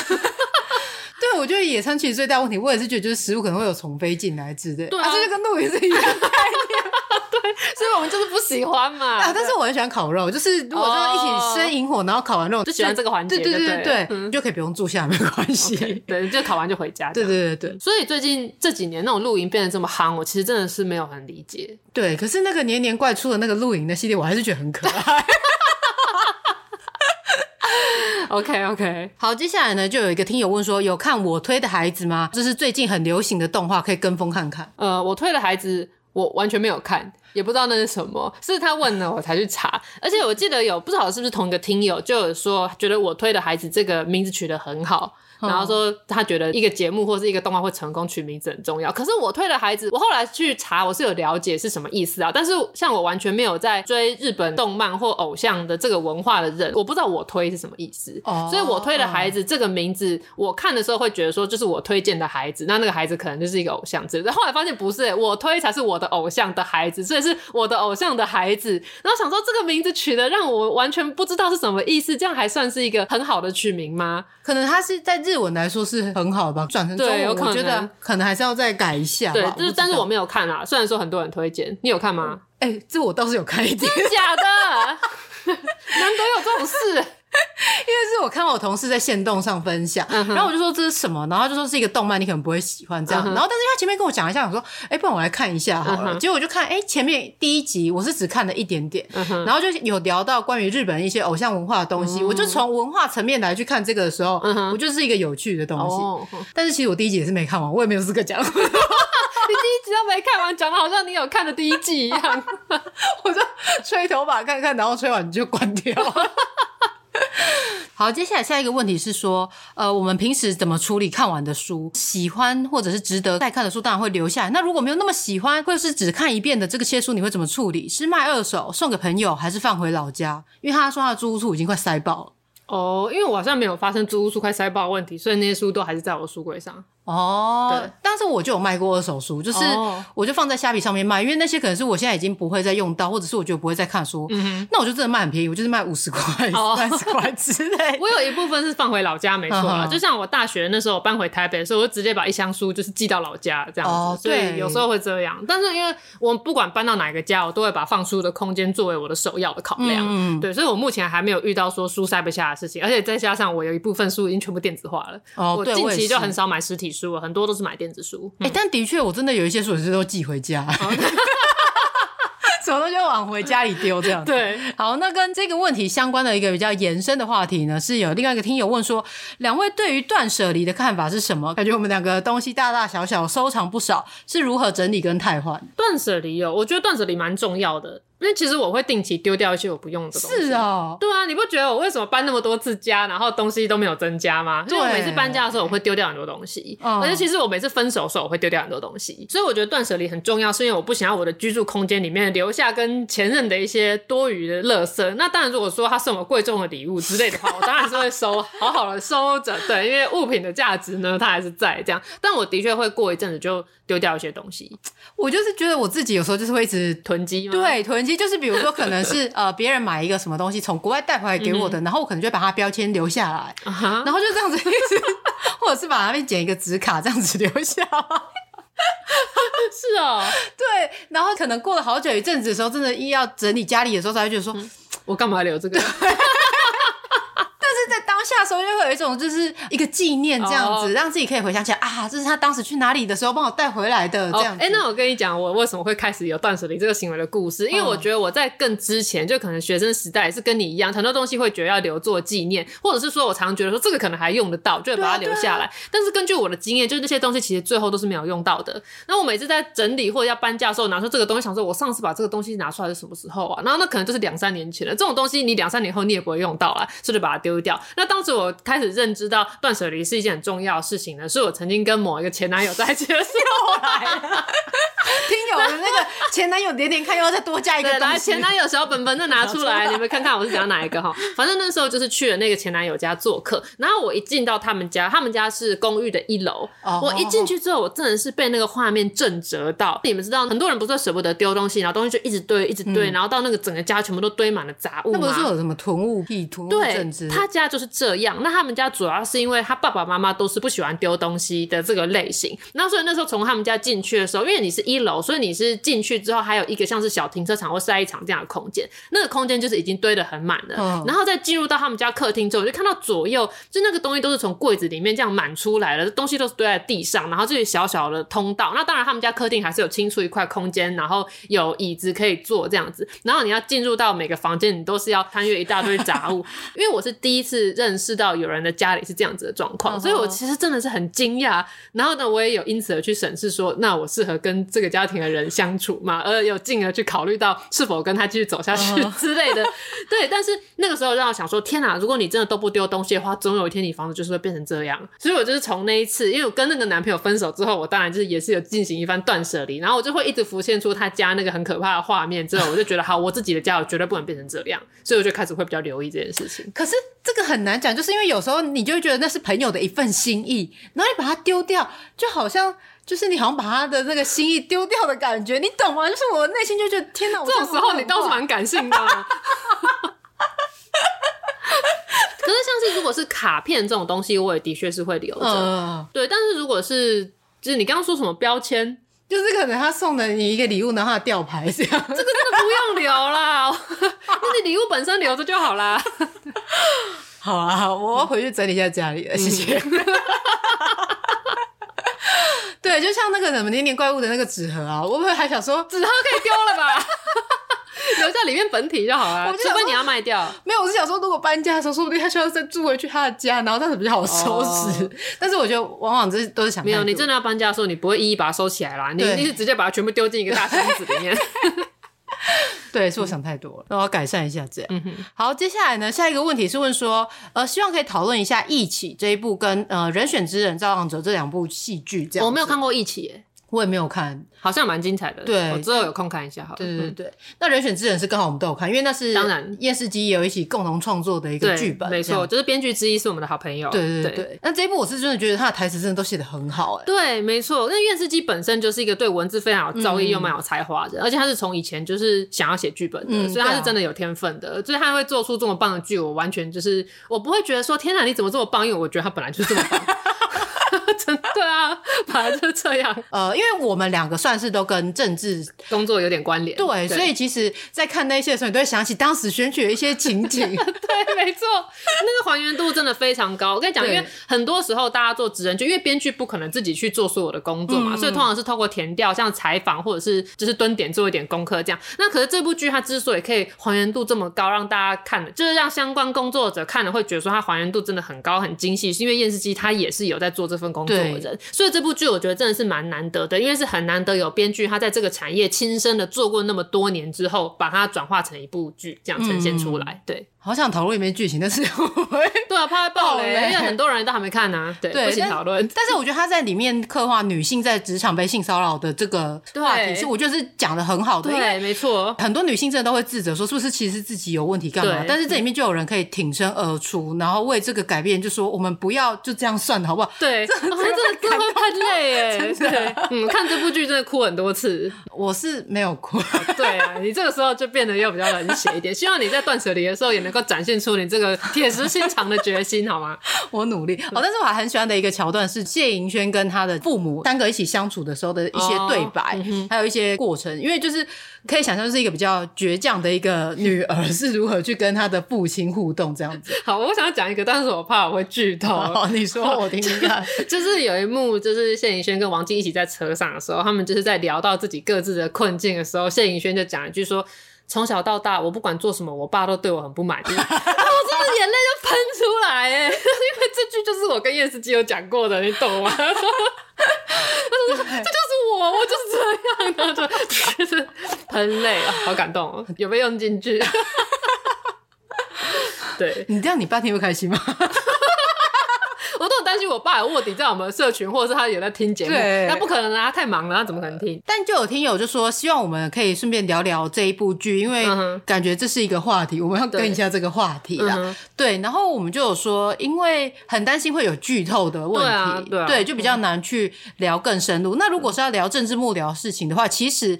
对，我觉得野餐其实最大问题，我也是觉得就是食物可能会有虫飞进来之类。
对啊
这就跟露营是一样的
所以我们就是不喜欢嘛。
啊。但是我很喜欢烤肉，就是如果说一起生营火，然后烤完肉，
哦就喜欢这个环节
对对对
就对了嗯
对，你就可以不用住下，没关系。
对，就考完就回家。
对。对对对
所以最近这几年那种露营变得这么夯，我其实真的是没有很理解。
对，可是那个年年怪出的那个露营的系列，我还是觉得很可爱。
OK OK，
好，接下来呢，就有一个听友问说，有看我推的孩子吗？这是最近很流行的动画，可以跟风看看。
呃，我推了孩子，我完全没有看，也不知道那是什么，是他问了我才去查。而且我记得有不知道是不是同一个听友，就有说觉得我推的孩子这个名字取得很好。然后说他觉得一个节目或是一个动画会成功取名字很重要，可是我推的孩子，我后来去查，我是有了解是什么意思啊。但是像我完全没有在追日本动漫或偶像的这个文化的人，我不知道我推是什么意思。
哦
所以我推的孩子这个名字，我看的时候会觉得说，就是我推荐的孩子，那那个孩子可能就是一个偶像之类的。后来发现不是、我推才是我的偶像的孩子，所以是我的偶像的孩子。然后想说这个名字取 的让我完全不知道是什么意思，这样还算是一个很好的取名吗？
可能他是在日日文来说是很好吧，转成中
对有
文
可能
我觉得可能还是要再改一下吧。
对，
不
就
知
是
道
但是我没有看啦，虽然说很多人推荐，你有看吗？
哎、这我倒是有看一点，
假的，难得有这种 事。
但是我看到我同事在线动上分享，
嗯哼
然后我就说这是什么，然后他就说是一个动漫，你可能不会喜欢这样。
嗯哼
然后但是因为他前面跟我讲一下，我说哎、不然我来看一下好
嗯
了。
哼
结果我就看，哎、前面第一集我是只看了一点点，
嗯哼
然后就有聊到关于日本一些偶像文化的东西，我就从文化层面来去看这个的时候，
嗯哼
我就是一个有趣的东西。
哦，你
但是其实我第一集也是没看完，我也没有资格讲，
第一集都没看完，讲的好像你有看的第一季一样。
我就吹头发看看，然后吹完你就关掉。 好，接下来下一个问题是说，呃，我们平时怎么处理看完的书？喜欢或者是值得再看的书，当然会留下来。那如果没有那么喜欢，或者是只看一遍的这个些书，你会怎么处理？是卖二手送给朋友，还是放回老家？因为他说他的租屋处已经快塞爆了。
哦，因为我好像没有发生租屋书快塞爆的问题，所以那些书都还是在我书柜上。
哦
对，
但是我就有卖过二手书，就是
哦
我就放在虾皮上面卖，因为那些可能是我现在已经不会再用到，或者是我觉得不会再看的书，那我就真的卖很便宜，我就是卖五十块、
嗯哦
三十块之类。
我有一部分是放回老家，没错
嗯
啦。
哼
就像我大学那时候我搬回台北的时候，我就直接把一箱书就是寄到老家这样子，
哦
所以
对
有时候会这样。但是因为我不管搬到哪个家，我都会把放书的空间作为我的首要的考量。
嗯
对，所以我目前还没有遇到说书塞不下的事情，而且再加上我有一部分书已经全部电子化了，
哦
我
对
近
我也
期
是
就很少买实体书了，很多都是买电子书。
哎、但的确，我真的有一些损失都寄回家，
哦
什么东西都往回家里丢这样子。
对，
好，那跟这个问题相关的一个比较延伸的话题呢，是有另外一个听友问说，两位对于断舍离的看法是什么？感觉我们两个东西大大小小收藏不少，是如何整理跟汰换？
断舍离哦，我觉得断舍离蛮重要的，因为其实我会定期丢掉一些我不用的东西。
是哦，
对啊，你不觉得我为什么搬那么多次家，然后东西都没有增加吗？因为我
对
每次搬家的时候，我会丢掉很多东西，
嗯
而且其实我每次分手的时候，我会丢掉很多东西。所以我觉得断舍离很重要，是因为我不想要我的居住空间里面留下跟前任的一些多余的垃圾。那当然，如果说他送我贵重的礼物之类的话，我当然是会收，好好的收着。对，因为物品的价值呢，它还是在这样。但我的确会过一阵子就丢掉一些东西，
我就是觉得我自己有时候就是会一直。
囤积吗？
对，囤积就是比如说，可能 是呃别人买一个什么东西从国外带回来给我的，然后我可能就把它标签留下来，
嗯啊哈，
然后就这样子一直， 或者是把那边剪一个纸卡这样子留下来。
是哦，
对，然后可能过了好久一阵子的时候，真的一要整理家里的时候，才会觉得说，
我干嘛留这个？
但是在当下的时候，就会有一种就是一个纪念这样子，
哦
让自己可以回想起来啊，这是他当时去哪里的时候帮我带回来的这
哦，
样子。
诶那我跟你讲，我为什么会开始有断舍离这个行为的故
嗯
事，因为我觉得我在更之前，就可能学生时代也是跟你一样，很多东西会觉得要留作纪念，或者是说我常觉得说这个可能还用得到，就会把它
对啊
留下来。但是根据我的经验，就是那些东西其实最后都是没有用到的。那我每次在整理或者要搬家的时候，拿出这个东西，想说我上次把这个东西拿出来是什么时候啊？然后那可能就是两三年前
嗯
了。这种东西你两三年后你也不会用到啦，所以就把它丢掉。那当时我开始认知到断舍离是一件很重要的事情呢，是我曾经跟某一个前男友在一起的时候。
听友的那个前男友点点看，又要再多加一
对，
个东
来
西
前。男友小本本再拿出 来，你们看看我是讲哪一个哈。反正那时候就是去了那个前男友家做客，然后我一进到他们家，他们家是公寓的一楼
哦
我一进去之后，我真的是被那个画面震折到。你们知道，很多人不是舍不得丢东西，然后东西就一直堆，一直堆，然后到那个整个家全部都堆满了杂物
嗯那不
吗
是说有什么囤物癖、囤物症之
对
类
他家就是这样。那他们家主要是因为他爸爸妈妈都是不喜欢丢东西的这个类型。那所以那时候从他们家进去的时候，因为你是一楼，所以你是进去之后还有一个像是小停车场或晒衣场这样的空间，那个空间就是已经堆得很满了。
嗯
然后再进入到他们家客厅之后，我就看到左右就那个东西都是从柜子里面这样满出来了，东西都是堆在地上，然后这里小小的通道。那当然他们家客厅还是有清出一块空间，然后有椅子可以坐这样子。然后你要进入到每个房间，你都是要翻阅一大堆杂 物，因为我是第一次认识到有人的家里是这样子的状况，
嗯哼
所以我其实真的是很惊讶。然后呢，我也有因此而去审视说，那我适合跟这个家庭的人相处吗？而有进而去考虑到是否跟他继续走下去
嗯
之类的。对，但是那个时候让我想说，天哪！如果你真的都不丢东西的话，总有一天你房子就是会变成这样。所以我就是从那一次，因为我跟那个男朋友分手之后，我当然就是也是有进行一番断舍离，然后我就会一直浮现出他家那个很可怕的画面。之后我就觉得，好，我自己的家我绝对不能变成这样，所以我就开始会比较留意这件事情。
可是这个很难讲，就是因为有时候你就会觉得那是朋友的一份心意，然后你把它丢掉，就好像就是你好像把他的那个心意丢掉的感觉，你懂吗？就是我内心就觉得天哪，我
这种时候
啊
你倒是
蛮……
蛮感性的啊、可是像是如果是卡片这种东西，我也的确是会留着。
嗯，
对，但是如果是就是你刚刚说什么标签，
就是可能他送了你一个礼物，然后他的吊牌这样，
这个真的不用留啦，那你礼物本身留着就好啦。
好啊，好我要回去整理一下家里了，谢谢。 对，就像那个什么年年怪物的那个纸盒啊，我本来还想说，
纸盒可以丢 了吧？留下里面本体就好啦，
我就
除
想
非
说
你要卖掉。
没有，我是想说，如果搬家的时候，说不定他需要再住回去他的家，然后这样子比较好收拾。 但是我觉得往往这都是想
哦没有，
太多
你真的要搬家的时候，你不会一一把它收起来啦，你
对
你是直接把它全部丢进一个大箱子 里面。
对，是我想太多了，那我要改善一下这样。
嗯
好，接下来呢，下一个问题是问说，呃，希望可以讨论一下《一起》这一部跟呃《人选之人》《造浪者》这两部戏剧这样。
我没有，看过一起耶，
我也没有看。
好像蛮精彩的。
对
我之后有空看一下好了。
对对对
嗯
对，那《人选之人》是刚好我们都有看，因为那是
当然
验视机也有一起共同创作的一个
嗯对，
剧本，
没
这
错，
样。
就是编剧之一是我们的好朋友。
对对
对
对对，那这一部我是真的觉得他的台词真的都写的很好、哎，
对，没错，那院士基本身就是一个对文字非常有造诣又蛮有才华的，而且他是从以前就是想要写剧本的，
嗯
所以他
对
是
啊
真的有天分的，所以他会做出这么棒的剧，我完全就是我不会觉得说天哪你怎么这么棒，因为我觉得他本来就是这么棒， 真的啊，本来就是这样，
呃，因为我们两个算是都跟政治
工作有点关联，
对，所以其实，在看那些的时候，你都会想起当时选举的一些情 景。
对，没错，那个还原度真的非常高。我跟你讲，因
对
为很多时候大家做职人，就因为编剧不可能自己去做所有的工作嘛，所以通常是透过填调、像采访或者是就是蹲点做一点功课这样。那可是这部剧它之所以可以还原度这么高，让大家看了，就是让相关工作者看了会觉得说它还原度真的很高、很精细，是因为验视机它也是有在做这份工作的人，所以这部剧我觉得真的是蛮难得的，因为是很难得有编剧他在这个产业亲身的做过那么多年之后，把它转化成一部剧这样呈现出来，对。
好想讨论里面剧情，但是我会，
对啊，怕会爆雷，
爆雷
因为很多人都还没看呢、啊对，
对
不行
但。
讨论
但是我觉得他在里面刻画女性在职场被性骚扰的这个话题，
对
是我觉得是讲的很好的，因为
对，没错，
很多女性真的都会自责，说是不是其实自己有问题干嘛
对？
但是这里面就有人可以挺身而出，然后为这个改变，就说我们不要就这样算了，好不好？
对，哦我真的真的 会喷泪耶，对，嗯，看这部剧真的哭很多次。
我是没有哭，
对啊， 你这个时候就变得又比较冷血一点，希望你在断舍离的时候也能够展现出你这个铁石心肠的决心，好吗？
我努力哦。但是我还很喜欢的一个桥段是谢盈萱跟她的父母三个一起相处的时候的一些对白，还有一些过程，因为就是可以想象是一个比较倔强的一个女儿是如何去跟她的父亲互动这样子。
好，我想要讲一个，但是我怕我会剧透。
哦，你说我听听看。
就是有一幕，就是谢颖轩跟王静一起在车上的时候，他们就是在聊到自己各自的困境的时候，谢颖轩就讲一句说：“从小到大，我不管做什么，我爸都对我很不满意。”然后我真的眼泪就喷出来哎，因为这句就是我跟叶司机有讲过的，你懂吗？他说 这就是我，我就是这样，然后就就是喷泪啊，好感动、哦，有没有用进去？ 对，
你这样，你爸听会开心吗？
我都很担心我爸有卧底在我们的社群，或者是他有在听节目，
对
那不可能啊，他太忙了，他怎么可能听？
但就有听友就说，希望我们可以顺便聊聊这一部剧，因为
嗯哼
感觉这是一个话题，我们要跟一下这个话题啦。
嗯哼
对，然后我们就有说，因为很担心会有剧透的问题，
对啊对啊嗯
就比较难去聊更深入。那如果是要聊政治幕僚事情的话，其实。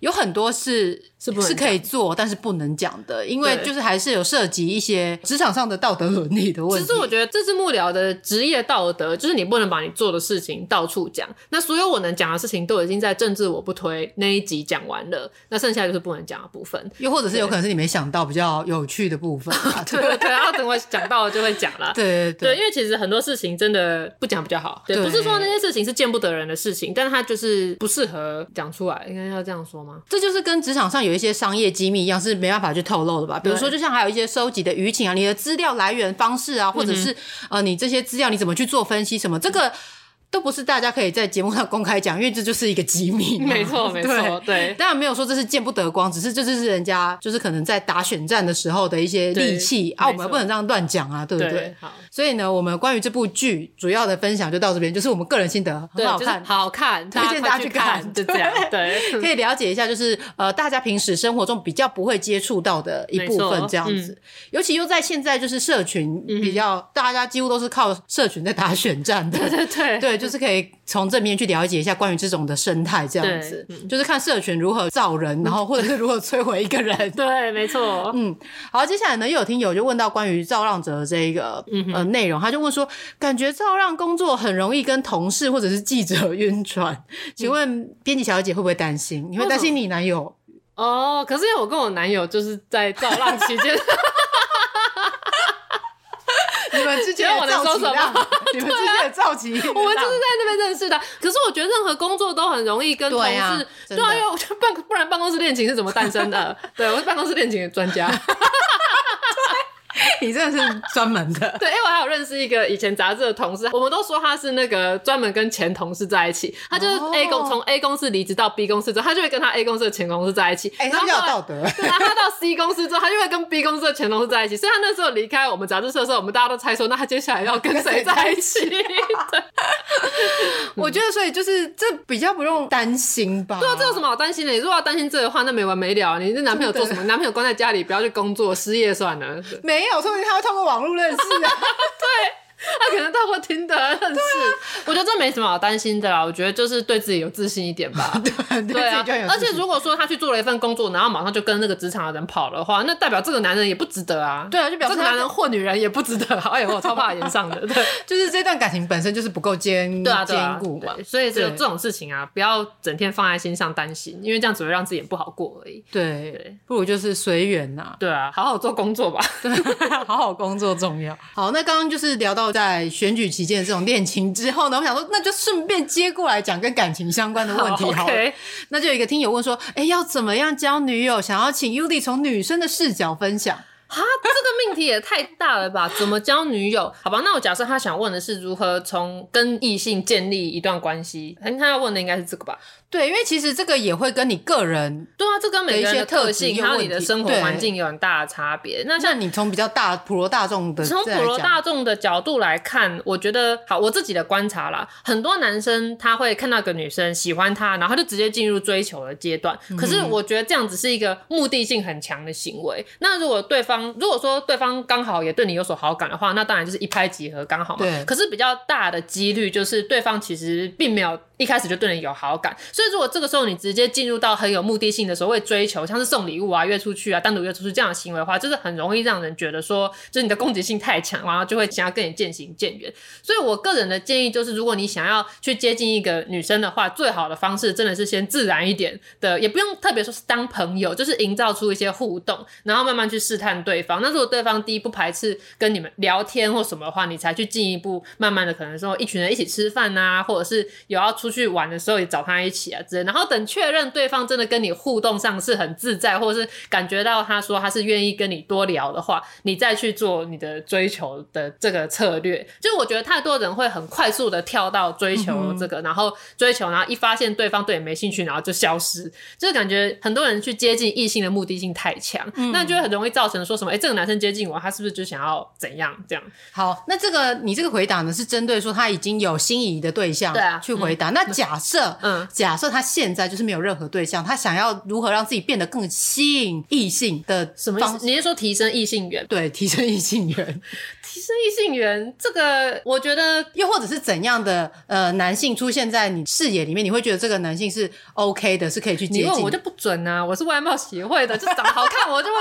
有很多是
是不能
是可以做，但是不能讲的，因为
对
就是还是有涉及一些职场上的道德伦理的问
其
题。
实我觉得这是幕僚的职业道德，就是你不能把你做的事情到处讲。那所有我能讲的事情都已经在政治我不推那一集讲完了，那剩下就是不能讲的部分。
又或者是有可能是你没想到比较有趣的部分啊、
对对对，然后等我讲到了就会讲了。
对对
对，因为其实很多事情真的不讲比较好。对，
对
不是说那些事情是见不得人的事情，但是他就是不适合讲出来，应该要这样说吗？
这就是跟职场上有一些商业机密一样，是没办法去透露的吧？比如说，就像还有一些收集的舆情啊，你的资料来源方式
嗯
啊，或者是、呃，你这些资料你怎么去做分析，什么这个都不是大家可以在节目上公开讲，因为这就是一个机密嘛。
没错，没错， 对。
当然没有说这是见不得光，只是这就是人家就是可能在打选战的时候的一些利器
对
啊，我
没
们
错
不能这样乱讲啊，对不对？
好，
所以呢，我们关于这部剧主要的分享就到这边，就是我们个人心得，很
对，
好
就是
看，
好看，
推荐大家
快
去
去
看
就这样， 对。
可以了解一下，就是呃，大家平时生活中比较不会接触到的一部
没
分
错嗯
这样子，尤其又在现在就是社群比较，大家几乎都是靠社群在打选战的，对
对对
对，就是可以从正面去了解一下关于这种的生态，这样子，
嗯
就是看社群如何造人，然后或者是如何摧毁一个 人。
对，没错。
嗯，好，接下来呢，又有听友就问到关于造浪者的这一个、
嗯
呃内容，他就问说，感觉造浪工作很容易跟同事或者是记者晕船，请问编辑小姐会不会担心？你会担心你男友？
哦，可是因为我跟我男友就是在造浪期 间，
你们之间的造起浪， 你们之间的啊造起，
啊我们就是在那边认识的。可是我觉得任何工作都很容易跟同
对啊
事，
真
对啊，
的
因为我觉得办不然办公室恋情是怎么诞 生的？对，我是办公室恋情的专家。
你真的是专门的。
对，因为我还有认识一个以前杂志的同事，我们都说他是那个专门跟前同事在一起，他就是
哦
A 公从 A 公司离职到 B 公司之后，他就会跟他 A 公司的前同事在一起，
哎、
然
他
后
比较
后
有
来
道德。
对啊，他到 C 公司之后，他就会跟 B 公司的前同事在一起。所以他那时候离开我们杂志社的时候，我们大家都猜说，那他接下来要跟谁在一起？ 对，
我觉得，所以就是这比较不用担心吧。
对啊，这有什么好担心的？你如果要担心这个的话，那没完没了。啊你这男朋友做什么？男朋友关在家里，不要去工作，失业算了。对
没有，说不定他会透过网络认识啊。
他可能透过听的认识。啊我觉得这没什么好担心的啦。我觉得就是对自己有自信一点吧。 对
自
啊
己就很有，
而
自
且
信
如果说他去做了一份工作，然后马上就跟那个职场的人跑的话，那代表这个男人也不值得啊。
对啊就表示
这个
他
男人或女人也不值得啊。哎呦，我超怕言上的。对。
就是这段感情本身就是不够坚
对啊，对
坚
啊
固嘛
对。所以只有
对
这种事情啊，不要整天放在心上担心，因为这样只会让自己也不好过而已。
对
对，。
不如就是随缘呐
对啊，好好做工 作吧。
好好工作重要。好，那刚刚就是聊到在选举期间的这种恋情之后呢，我想说，那就顺便接过来讲跟感情相关的问题好了。
啊 OK
那就有一个听友问说，哎、要怎么样交女友？想要请 Udi 从女生的视角分享。
啊，这个命题也太大了吧？怎么交女友？好吧，那我假设他想问的是如何从跟异性建立一段关系，哎他要问的应该是这个吧？
对，因为其实这个也会跟你个人，
对啊，这跟每个人的特
的一些特质
性
有
还有你的
问题
生活
对
环境有很大的差别。那像
像你从比较大普罗大众的
从
再来
普罗
讲
大众的角度来看，我觉得好，我自己的观察啦，很多男生他会看到一个女生喜欢他，然后他就直接进入追求的阶段。可
嗯
是我觉得这样子是一个目的性很强的行为。那如果对方如果说对方刚好也对你有所好感的话，那当然就是一拍即合，刚好嘛
对。
可是比较大的几率就是对方其实并没有一开始就对你有好感，所以如果这个时候你直接进入到很有目的性的所谓追求，像是送礼物啊、约出去啊、单独约出去这样的行为的话，就是很容易让人觉得说，就是你的攻击性太强，然后就会想要跟你渐行渐远。所以我个人的建议就是，如果你想要去接近一个女生的话，最好的方式真的是先自然一点的，也不用特别说是当朋友，就是营造出一些互动，然后慢慢去试探对方。那如果对方第一不排斥跟你们聊天或什么的话，你才去进一步慢慢的可能说一群人一起吃饭呐、或者是有要出去玩的时候也找他一起啊之类的。然后等确认对方真的跟你互动上是很自在，或者是感觉到他说他是愿意跟你多聊的话，你再去做你的追求的这个策略。就我觉得太多人会很快速的跳到追求这
嗯
个，然后追求，然后一发现对方对你没兴趣，然后就消失。就是感觉很多人去接近异性的目的性太强，
嗯
那就会很容易造成说什么，哎、这个男生接近我，他是不是就想要怎样这样？
好，那这个你这个回答呢，是针对说他已经有心仪的对象，
对啊
去回答。那假设，嗯
嗯，
假设他现在就是没有任何对象，他想要如何让自己变得更吸引异性的
什么意
方
思？你是说提升异性缘？
对，提升异性缘，
提升异性缘这个，我觉得
又或者是怎样的呃男性出现在你视野里面，你会觉得这个男性是 OK 的，是可以去接
你
近的。
问我就不准啊，我是外貌协会的，就长得好看，我就会。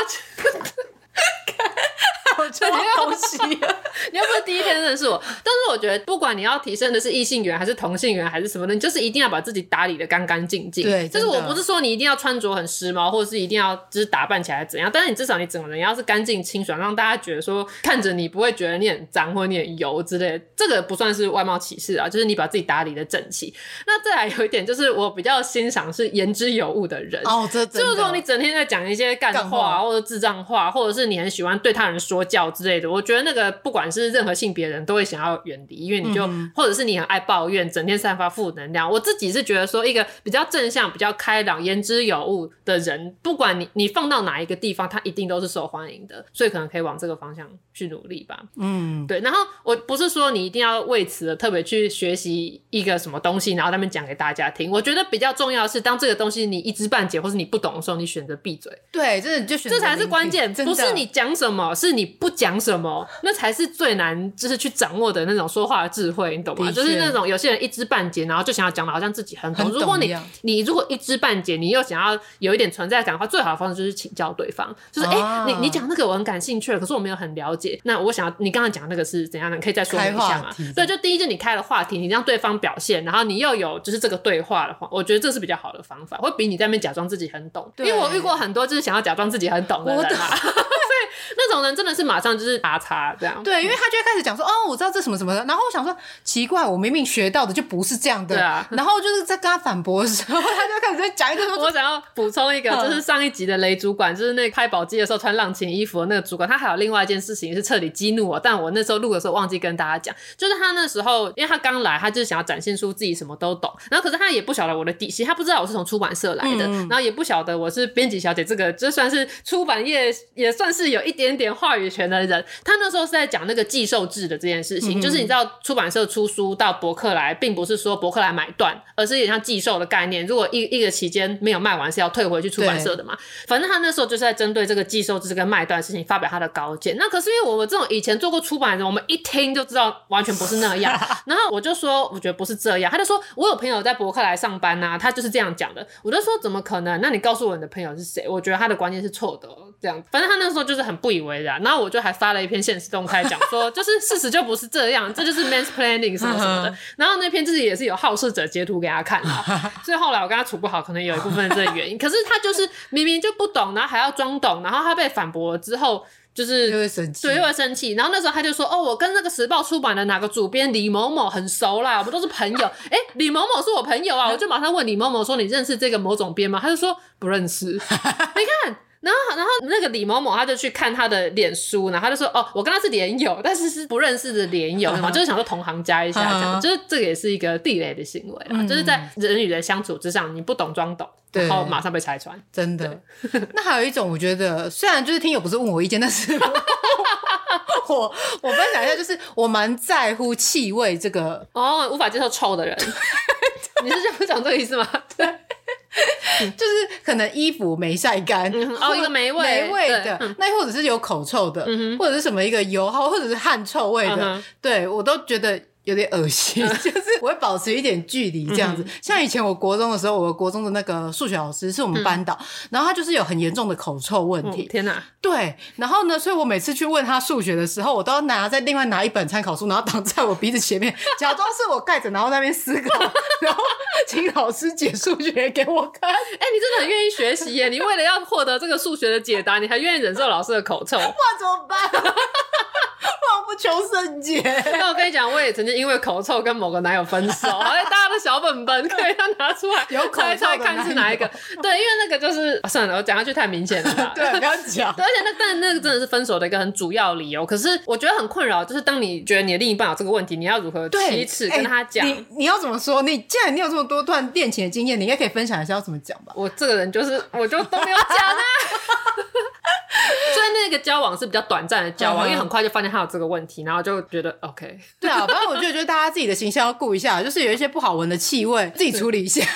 我 就要东西，
你又不是第一天认识我，但是我觉得不管你要提升的是异性缘还是同性缘还是什么的，你就是一定要把自己打理的干干净净。
对
就是我
真的
不是说你一定要穿着很时髦，或者是一定要就是打扮起来怎样，但是你至少你整个人要是干净清爽，让大家觉得说看着你不会觉得你很脏或者你很油之类的，这个不算是外貌歧视啊，就是你把自己打理的整齐。那再来有一点就是我比较欣赏是言之有物的人
哦，这
就
真的
是说你整天在讲一些干
干
话
话
啊或者智障话，或者是你很喜欢对他人说教之类的，我觉得那个不管是任何性别人都会想要远离，因为你
嗯
就、或者是你很爱抱怨，整天散发负能量。我自己是觉得说，一个比较正向、比较开朗、言之有物的人，不管你你放到哪一个地方，他一定都是受欢迎的，所以可能可以往这个方向去努力吧。
嗯，
对，然后我不是说你一定要为此而特别去学习一个什么东西，然后他们讲给大家听。我觉得比较重要的是，当这个东西你一知半解或是你不懂的时候，你选择闭嘴，
对，真的就选择
这才是
聆
关
听
键。
真
不
的
是你讲什么，是你不讲什么，那才是最难，就是去掌握的那种说话的智慧，你懂吗？
的确
就是那种有些人一知半解，然后就想要讲的好像自己很懂。
很懂
如果
一
你
样
你如果一知半解，你又想要有一点存在感的话，最好的方式就是请教对方，就是哎、
啊
诶你你讲那个我很感兴趣了，可是我没有很了解，那我想要你刚刚讲那个是怎样的，你可以再说明一下
开话
嘛
题？
对，就第一就是你开了话题，你让对方表现，然后你又有就是这个对话的话，我觉得这是比较好的方法，会比你在那边假装自己很懂，因
对
为我遇过很多就是想要假装自己很懂的人啊， 所以那种人真的是马上就是打叉这样。
对，因为他就会开始讲说，哦，我知道这什么什么的，然后我想说，奇怪，我明明学到的就不是这样的，
对啊
然后就是在跟他反驳的时候，他就开始在讲一个什么
我想要补充一个，
嗯
就是上一集的雷主管，就是那个拍宝鸡的时候穿浪琴衣服的那个主管，他还有另外一件事情是彻底激怒我，但我那时候录的时候忘记跟大家讲，就是他那时候，因为他刚来，他就是想要展现出自己什么都懂，然后可是他也不晓得我的底细，他不知道我是从出版社来的，
嗯嗯
然后也不晓得我是编辑小姐，这个就算是出版业也算是有一点点话语权的人。他那时候是在讲那个寄售制的这件事情，就是你知道出版社出书到博客来，并不是说博客来买断，而是有点像寄售的概念。如果一一个期间没有卖完，是要退回去出版社的嘛。反正他那时候就是在针对这个寄售制跟卖断的事情发表他的高见。那可是因为我们这种以前做过出版的人，我们一听就知道完全不是那样。然后我就说，我觉得不是这样。他就说，我有朋友在博客来上班呐、啊他就是这样讲的。我就说，怎么可能？那你告诉我你的朋友是谁？我觉得他的观念是错的哦、这样，反正他那时候就是很不以为然。然后我就还发了一篇现实动态讲说，就是事实就不是这样，这就是 mansplaining 什么什么的。然后那篇自己也是有好事者截图给他看啊，所以后来我跟他处不好，可能有一部分是这个原因。可是他就是明明就不懂，然后还要装懂，然后他被反驳了之后，就是
就会生气
所以，又会生气。然后那时候他就说：“哦，我跟那个时报出版的哪个主编李某某很熟啦，我们都是朋友。哎，李某某是我 朋友啊，我就马上问李某某说：你认识这个某总编吗？他就说不 认识。你看。”然后，然后那个李某某他就去看他的脸书，然后他就说：“哦，我跟他是连友，但是是不认识的 连友，嘛，就是想说同行加一下，这样，
嗯
就是这个也是一个地雷的行为啊，就是在人与人相处之上，你不懂装懂，
对
然后马上被拆穿。
真的。那还有一种，我觉得虽然就是听友不是问我意见，但是我我我分享一下，就是我蛮在乎气味这个，
哦，无法接受臭的人， 你是这样讲这个意 思吗？
嗯
对。”
就是可能衣服没晒干，
嗯哦
或
一个霉味
霉味
对嗯
的，那或者是有口臭的，或者是什么一个油耗，或者是汗臭味的，
嗯哼嗯
对我都觉得。有点恶心， 就是我会保持一点距离这样子。像以前我国中的时候，我国中的那个数学老师是我们班
嗯
导，然后他就是有很严重的口臭问题，
哦天哪！
对，然后呢，所以我每次去问他数学的时候，我都要拿再另外拿一本参考书，然后挡在我鼻子前面，假装是我盖着，然后在那边思考， 然后请老师解数学给我看。
哎、你真的很愿意学习耶！你为了要获得这个数学的解答，你还愿意忍受老师的口 臭。
那怎么办？我不求甚 解。
那我跟你讲，我也曾经因为口臭跟某个男友分手，好像大家的小本本可以让拿出来，
有口臭
猜
的
猜看是哪一个
男？
对，因为那个就是、啊算了，我讲下去太明显了啦。
对，不要讲。
对，而且那但那个真的是分手的一个很主要理由。可是我觉得很困扰，就是当你觉得你的另一半有这个问题，你要如何
对，
启齿跟他讲？
哎你你要怎么说？你既然你有这么多段恋情的经验，你应该可以分享一下要怎么讲吧？
我这个人就是，我就都没有讲啊。 所以那个交往是比较短暂的交
嗯
往，
哼
因为很快就发现他有这个问题，然后就觉得 OK。
对啊，反正我就觉得大家自己的形象要顾一下，就是有一些不好闻的气味，自己处理一下，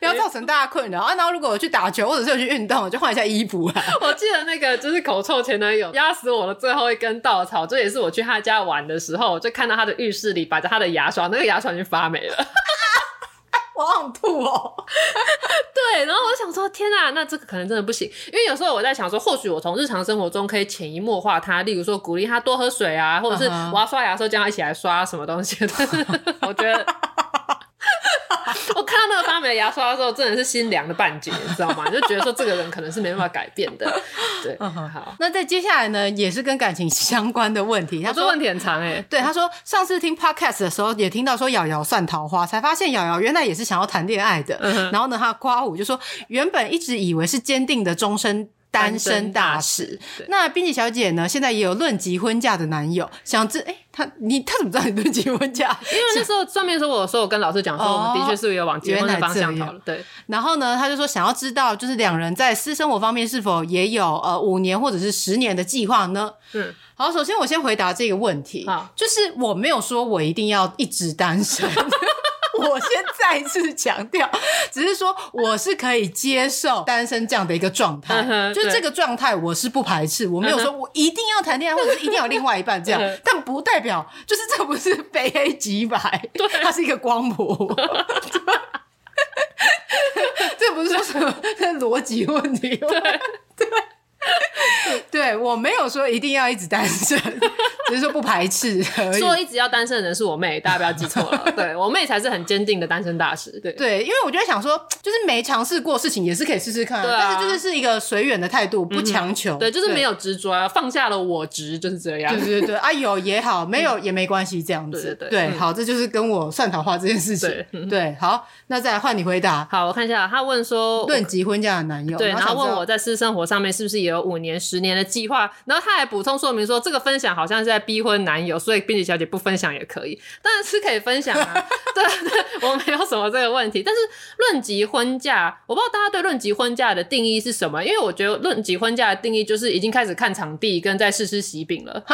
不要造成大家困扰啊。然后如果我去打球或者是我去运动，我就换一下衣服 啊。
我记得那个就是口臭前男友压死我的最后一根稻草，这也是我去他家玩的时候，我就看到他的浴室里摆着他的牙刷，那个牙刷已经发霉了。
我好想吐哦。
对，然后我就想说，天啊，那这个可能真的不行，因为有时候我在想说，或许我从日常生活中可以潜移默化他，例如说鼓励他多喝水啊，或者是
嗯哼
我要刷牙的时候叫他一起来刷什么东西的。 我觉得。我看到那个发霉的牙刷的时候，真的是心凉了半截，你知道吗？就觉得说这个人可能是没办法改变的。对，
嗯
好，
那再接下来呢，也是跟感情相关的问题。他
我
说
这问题很长哎、欸，
对，他说上次听 podcast 的时候，也听到说瑶瑶算桃花，才发现瑶瑶原来也是想要谈恋爱的。然后呢，他夸我就说，原本一直以为是坚定的终身。单身大使
对，
那编辑小姐呢？现在也有论及婚嫁的男友，想知哎、她你她怎么知道你论及婚嫁？
因为那时候上面的时候，我说我跟老师讲说，我们的确是有往结婚的方向
哦
讨
哦原来
论。对，
然后呢，他就说想要知道，就是两人在私生活方面是否也有呃五年或者是十年的计划呢？
嗯，
好，首先我先回答这个问题
好，
就是我没有说我一定要一直单身。我先再次强调，只是说我是可以接受单身这样的一个状态
嗯，哼
就
对
这个状态我是不排斥，我没有说我一定要谈恋爱或者是一定要有另外一半这样
嗯哼，
但不代表就是这不是非黑即白，对，它是一个光谱。这不是说什么这逻辑问题吗？ 对，对我没有说一定要一直单身， 只是说不排斥而已。
说一直要单身的人是我妹，大家不要记错 了。对我妹才是很坚定的单身大使。对
对，因为我就在想说，就是没尝试过事情也是可以试试看啊，
对啊嗯
但是就是是一个随缘的态度，不强求。
对，就是没。有执着啊，放下了我执，就是这样
对。对对对，啊有也好，没有也没关系，这样子。
嗯对对对嗯
好，这就是跟我算桃花这件事情。
对嗯
对，好，那再来换你回答，
好，我看一下，他问说，
论及婚嫁的男友，
对，然后
想知
问
道
我在私生活上面是不是也有五年、十年的计划，然后他还补充说明说，这个分享好像是在逼婚男友，所以编辑小姐不分享也可以，当然是可以分享啊。 对对，我没有什么这个问题。但是论及婚嫁，我不知道大家对论及婚嫁的定义是什么，因为我觉得论及婚嫁的定义就是已经开始看场地跟在试吃喜 饼了。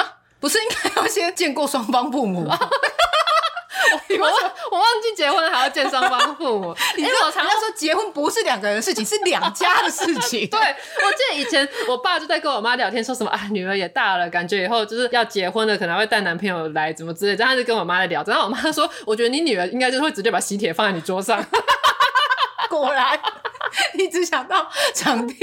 不是应该要先见过双方父 母吗？
我忘我忘记结婚还要见双方父母，因
你
为
说
我常
人
常
家说结婚不是两个人的事情，是两家的事 情。
对，我记得以前我爸就在跟我妈聊天，说什么啊，女儿也大了，感觉以后就是要结婚了，可能会带男朋友来，怎么之类的。然后他就跟我妈在聊，然后我妈说，我觉得你女儿应该就是会直接把喜帖放在你桌上，
果然，你只想到场 地，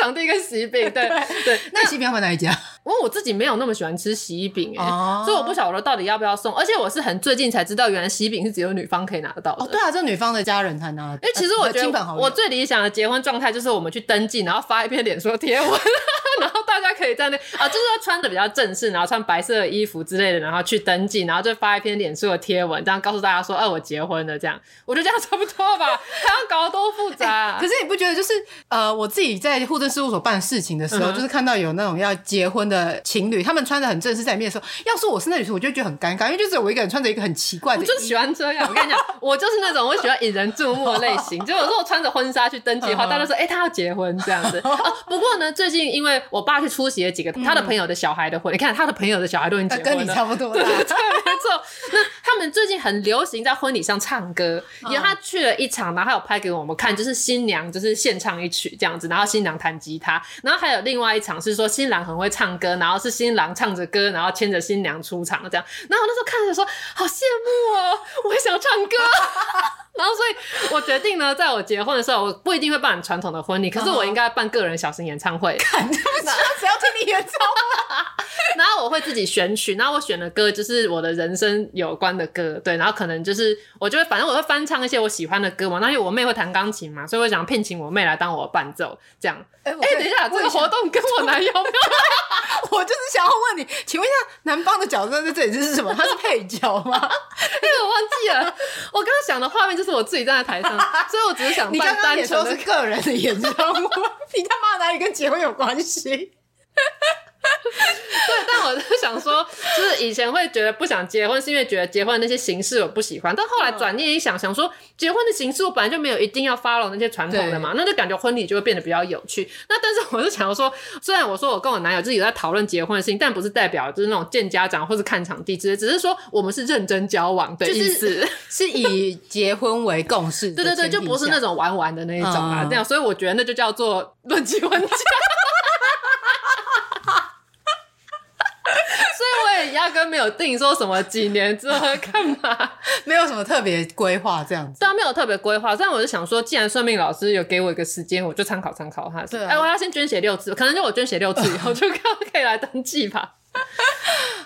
场地跟喜饼，对对。
那西边要买哪一家？
因为我自己没有那么喜欢吃喜饼、哎、
哦
所以我不晓得到底要不要送。而且我是很最近才知道，原来喜饼是只有女方可以拿得到的。
哦，对啊，这女方的家人才拿得到。
因为其实我觉
亲朋
得
好友
我最理想的结婚状态就是我们去登记，然后发一篇脸说贴文， 然后大家可以在那啊，就是要穿的比较正式，然后穿白色的衣服之类的，然后去登记，然后就发一篇脸书的贴文，这样告诉大家说，哎、我结婚了，这样，我觉得这样差不 多吧，还要搞得多复杂、
可是你不觉得就是呃，我自己在户政事务所办事情的时候，
嗯哼
就是看到有那种要结婚的情侣，他们穿的很正式在里面的时候，要是我是那女生，我就觉得很尴尬，因为就只有我一个人穿着一个很奇怪的
我
衣
就喜欢这样，我跟你讲，我就是那种我喜欢引人注目的类型。就有时候我穿着婚纱去登记的话，
嗯
大家说，哎、他要结婚 这样子。哦，不过呢，最近因为我爸去出席了几个他的朋友的小孩的婚，你看他的朋友的小孩都已经结
呃
婚了，
跟你差不多 大。
对，没错。那他们最近很流行在婚礼上唱歌，嗯然后他去了一场，然后还有拍给我们看，就是新娘就是现唱一曲这样子，然后新娘弹吉他，然后还有另外一场是说新郎很会唱歌，然后是新郎唱着歌，然后牵着新娘出场这样。然后我那时候看着说，好羡慕哦，我也想唱歌。 然后，所以我决定呢，在我结婚的时候，我不一定会办传统的婚礼，可是我应该办个人小型演唱会。
对不起，谁要听你 演奏？
然后我会自己选曲，然后我选的歌就是我的人生有关的歌，对，然后可能就是我就会，反正我会翻唱一些我喜欢的歌嘛。那因为我妹会弹钢琴嘛，所以我想聘请我妹来当我的伴奏，这样。
哎、
哎、等一下，这个活动跟我男友没有？
我就是想要问你，请问一下，男方的角色在这里是什么？他是配角 吗？
因为我忘记了，我刚刚想的画面就是我自己站在台上，所以我只是想
你
办
刚刚
单
也
纯
说
的
是个人的演唱会，你他妈哪里跟结婚有关系？
对，但我就想说，就是以前会觉得不想结婚，是因为觉得结婚的那些形式我不喜欢，但后
嗯
来转念一想，想说结婚的形式我本来就没有一定要 follow 那些传统的嘛，那就感觉婚礼就会变得比较有趣。那但是我就想说，虽然我说我跟我男友就是有在讨论结婚的事情，但不是代表就是那种见家长或是看场地之类，只是说我们是认真交往的
就
意思。
是 是以结婚为共识的
对对对，就不是那
前提下
种玩玩的那一种啊，
嗯
这样，所以我觉得那就叫做论及婚嫁。所以我也压根没有定说什么几年之后要干嘛，
没有什么特别规划这样子。
虽然没有特别规划，但我就想说，既然算命老师有给我一个时间，我就参考参考他。
对啊
哎，我要先捐血六次，可能就我捐血六次以后 就可可以来登记吧。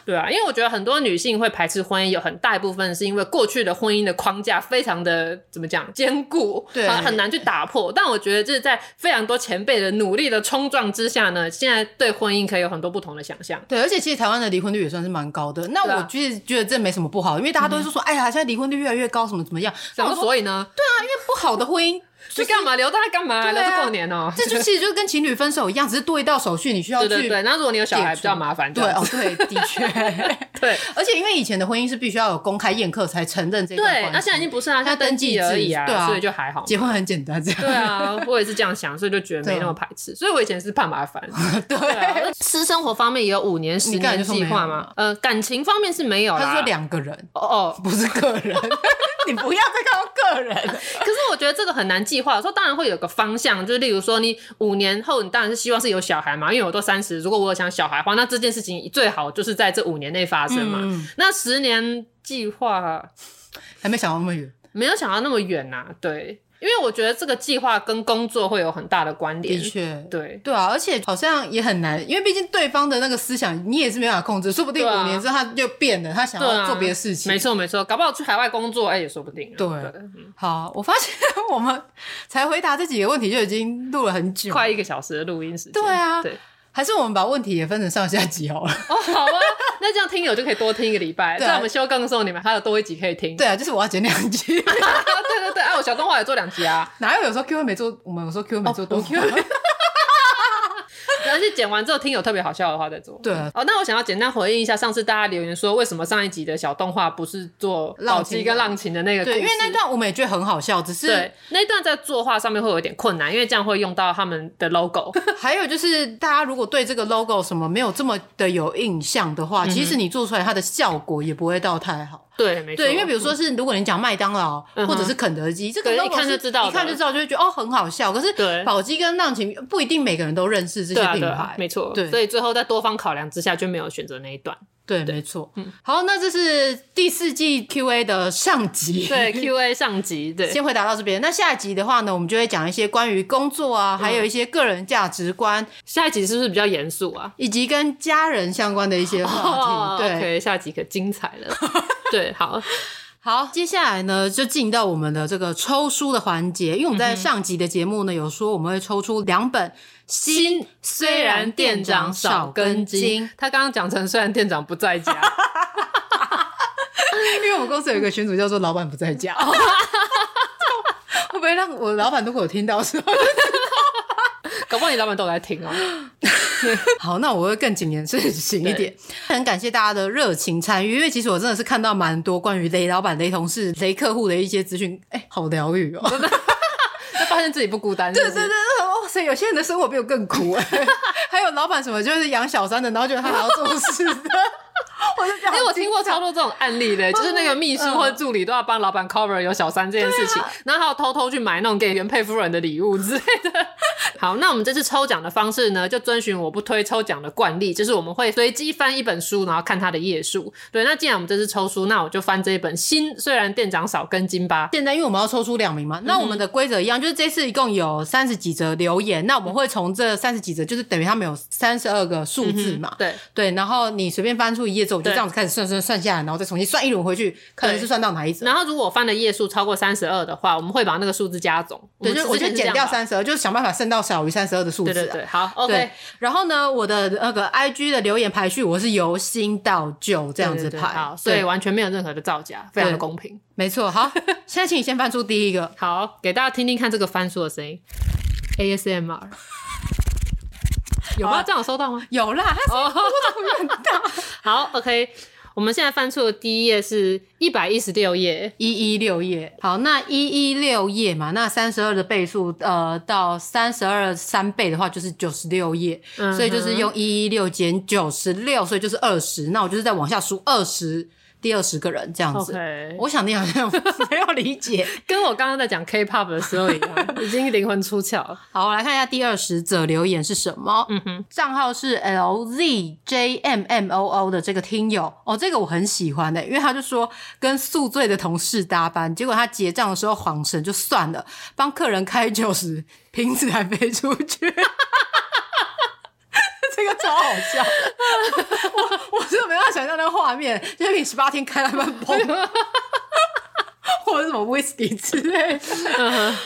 对啊，因为我觉得很多女性会排斥婚姻，有很大一部分是因为过去的婚姻的框架非常的怎么讲坚固，
对
很很难去打破。但我觉得这是在非常多前辈的努力的冲撞之下呢，现在对婚姻可以有很多不同的想象。
对，而且其实台湾的离婚率也算是蛮高的。那
对啊
我其实觉得这没什么不好，因为大家都会说说，哎呀，现在离婚率越来越高，什么怎么样？
想
那我
说，
说哎
所以呢，
不好的婚姻，
去干嘛留在那干嘛？
对
留
啊
着过年哦、
这就其实就跟情侣分手一样，只是多一道手续，你需要
对
去
对对，那如果你有小孩
解除
比较麻烦，这
对哦
样 子
哦，对，的确。
对
而且因为以前的婚姻是必须要有公开宴客才承认这段
对，
关系，
那现在已经不是啊，现在登记而已啊，
对啊
所以就还好。
结婚很简单这样。
对啊，我也是这样想，所以就觉得没那么排斥。所以我以前是怕麻烦。
对
对啊，那啊私生活方面也有五年、十
你刚才
年
就说
计划
没有
吗
啊？
呃，感情方面是没有啦。
他说两个人，
哦哦，
不是个人，你不要再看到个人。
可是我觉得这个很难计划。说当然会有个方向，就是例如说你五年后，你当然是希望是有小孩嘛，因为我都三十，如果我有想小孩的话，那这件事情最好就是在这五年内发生嘛。
嗯
那十年计划
还没想到那么 远，
没有想到那么远呐、对，因为我觉得这个计划跟工作会有很大的关联。
的，确。
对。
对啊，而且好像也很难，因为毕竟对方的那个思想你也是没办法控制，说不定
对啊
五年之后他就变了，他想
对
要
啊，
做别的事情。
没错没错，搞不好去海外工作，哎、也说不定啊。
对好，我发现我们才回答这几个问题就已经录了很久，
快一个小时的录音时间。
对啊
对，
还是我们把问题也分成上下集好了。
哦，好啊，那这样听友就可以多听一个礼拜，
对啊
在我们休更的时候，你们还有多一集可以听。
对啊，就是我要剪两集，
啊，对对对，啊，我小动画也做两集啊，
哪有有时候 Q 没做，我们有时候 Q 没做
哦
多、啊
我 Q 而且剪完之后听友特别好笑的话再做。
对啊
哦，那我想要简单回应一下上次大家留言说，为什么上一集的小动画不是做
浪
老
琴
鸡跟浪琴的那个故
对，
事？
因为那段我们也觉得很好笑，只是
对那一段在作画上面会有一点困难，因为这样会用到他们的 logo。
还有就是大家如果对这个 logo 什么没有这么的有印象的
嗯
话，其实你做出来它的效果也不会到太好。
对，没错。
对，因为比如说是如果你讲麦当劳
嗯哼
或者是肯德基，这个
对
logo
一看就是知道的
一看就知道就会觉得哦很好笑。可是
对
宝鸡跟浪琴不一定每个人都认识这
对
些
啊，
品
对
牌
啊，，没错。
对
所以最后在多方考量之下，就没有选择那一 段。
对，没错。
嗯
好，那这是第四季 Q&A 的上集。
对，Q&A 上集，对，
先回答到这边，那下一集的话呢，我们就会讲一些关于工作
嗯
啊，还有一些个人价值观，
下一集是不是比较严肃啊？
以及跟家人相关的一些话题。对
o k 下集可精彩 了。对，好，
好，接下来呢就进到我们的这个抽书的环节，因为我们在上集的节目呢有说我们会抽出两本新，
虽然店长少根筋，他刚刚讲成虽然店长不在 家，
因为我们公司有一个群主叫做“老板不在家”，会不会让我老板如果有听到说？
搞不好你老板都有在听哦。
好，那我会更谨言慎行一点。很感谢大家的热情参与，因为其实我真的是看到蛮多关于雷老板、雷同事、雷客户的一些资讯，哎、好疗愈哦。
他发现自己不孤单，对
对对，对，哇塞，有些人的生活比我更苦 哎、还有老板什么就是养小三的，然后觉得他还要做 事的，我就觉得好精彩，嗯
因为我听过超多这种案例的，就是那个秘书或助理都要帮老板 cover 有小三这件事情，
啊
然后还有偷偷去买那种给原配夫人的礼物之类的。好，那我们这次抽奖的方式呢，就遵循我不推抽奖的惯例，就是我们会随机翻一本书，然后看它的页数。对，那既然我们这次抽书，那我就翻这一本新，虽然店长少根筋吧。
现在因为我们要抽出两名
嗯
嘛，那我们的规则一样，就是这次一共有三十几则留言，那我们会从这三十几则，就是等于他们有三十二个数字嘛，
对，
对，然后你随便翻出一页之后，我就
对
这样子开始算算算下来，然后再重新算一轮回去，可能是算到哪一则。
然后如果我翻的页数超过三十二的话，我们会把那个数字加总。
对，就是
们
我
之
就
前是
减
这样
掉
吧。
三十二，就是想办法剩到小于三十二的数字、
对
啊。
对对，好
对
，OK，
然后呢，我的那个 I G 的留言排序，我是由新到旧这
这
样子排，
好，所以
对
完全没有任何的造假，非常的
对
公平。
没错。好， 现在请你先翻出第一个，
好，给大家听听看这个翻书的声音，ASMR，有
好啊
吗？这样有收到吗？
有啦，它
哦，
很大，
好，OK，我们现在翻出的第一页是一百一十六页，
一一六页。好，那一一六页嘛，那三十二的倍数，呃，到三十二三倍的话就是九十六页，
嗯哼
所以就是用一一六减九十六，所以就是二十。那我就是再往下数二十，第二十个人这样子。
OK
我想你好像 没有理解。
跟我刚刚在讲 K-pop 的时候一 样，已经灵魂出窍了。
好，我来看一下第二十则留言是什么。
嗯哼，
账号是 LZJMMOO 的这个听友哦，这个我很喜欢的、因为他就说跟宿醉的同事搭班，结果他结账的时候晃神就算了，帮客人开酒时瓶子还飞出去， 这个超好笑，我我真的没办法想象那个画面，就是你十八天开了半崩，或者什么 whisky 之类的，
嗯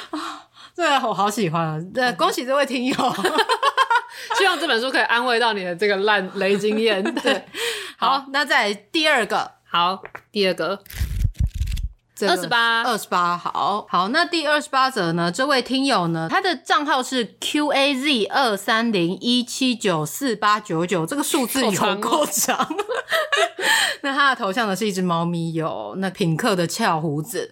这个我好喜欢啊！对，恭喜这位 听友。
希望这本书可以安慰到你的这个烂雷经验。 对，
好，那再来第二个，
好，第二个二十八，
二十八，好好。那第二十八则呢？这位听友呢，他的账号是 QAZ 二三零一七九四八九九，这个数字
好
有
长哦
够 长。那他的头像呢是一只猫咪，有那品客的翘胡子。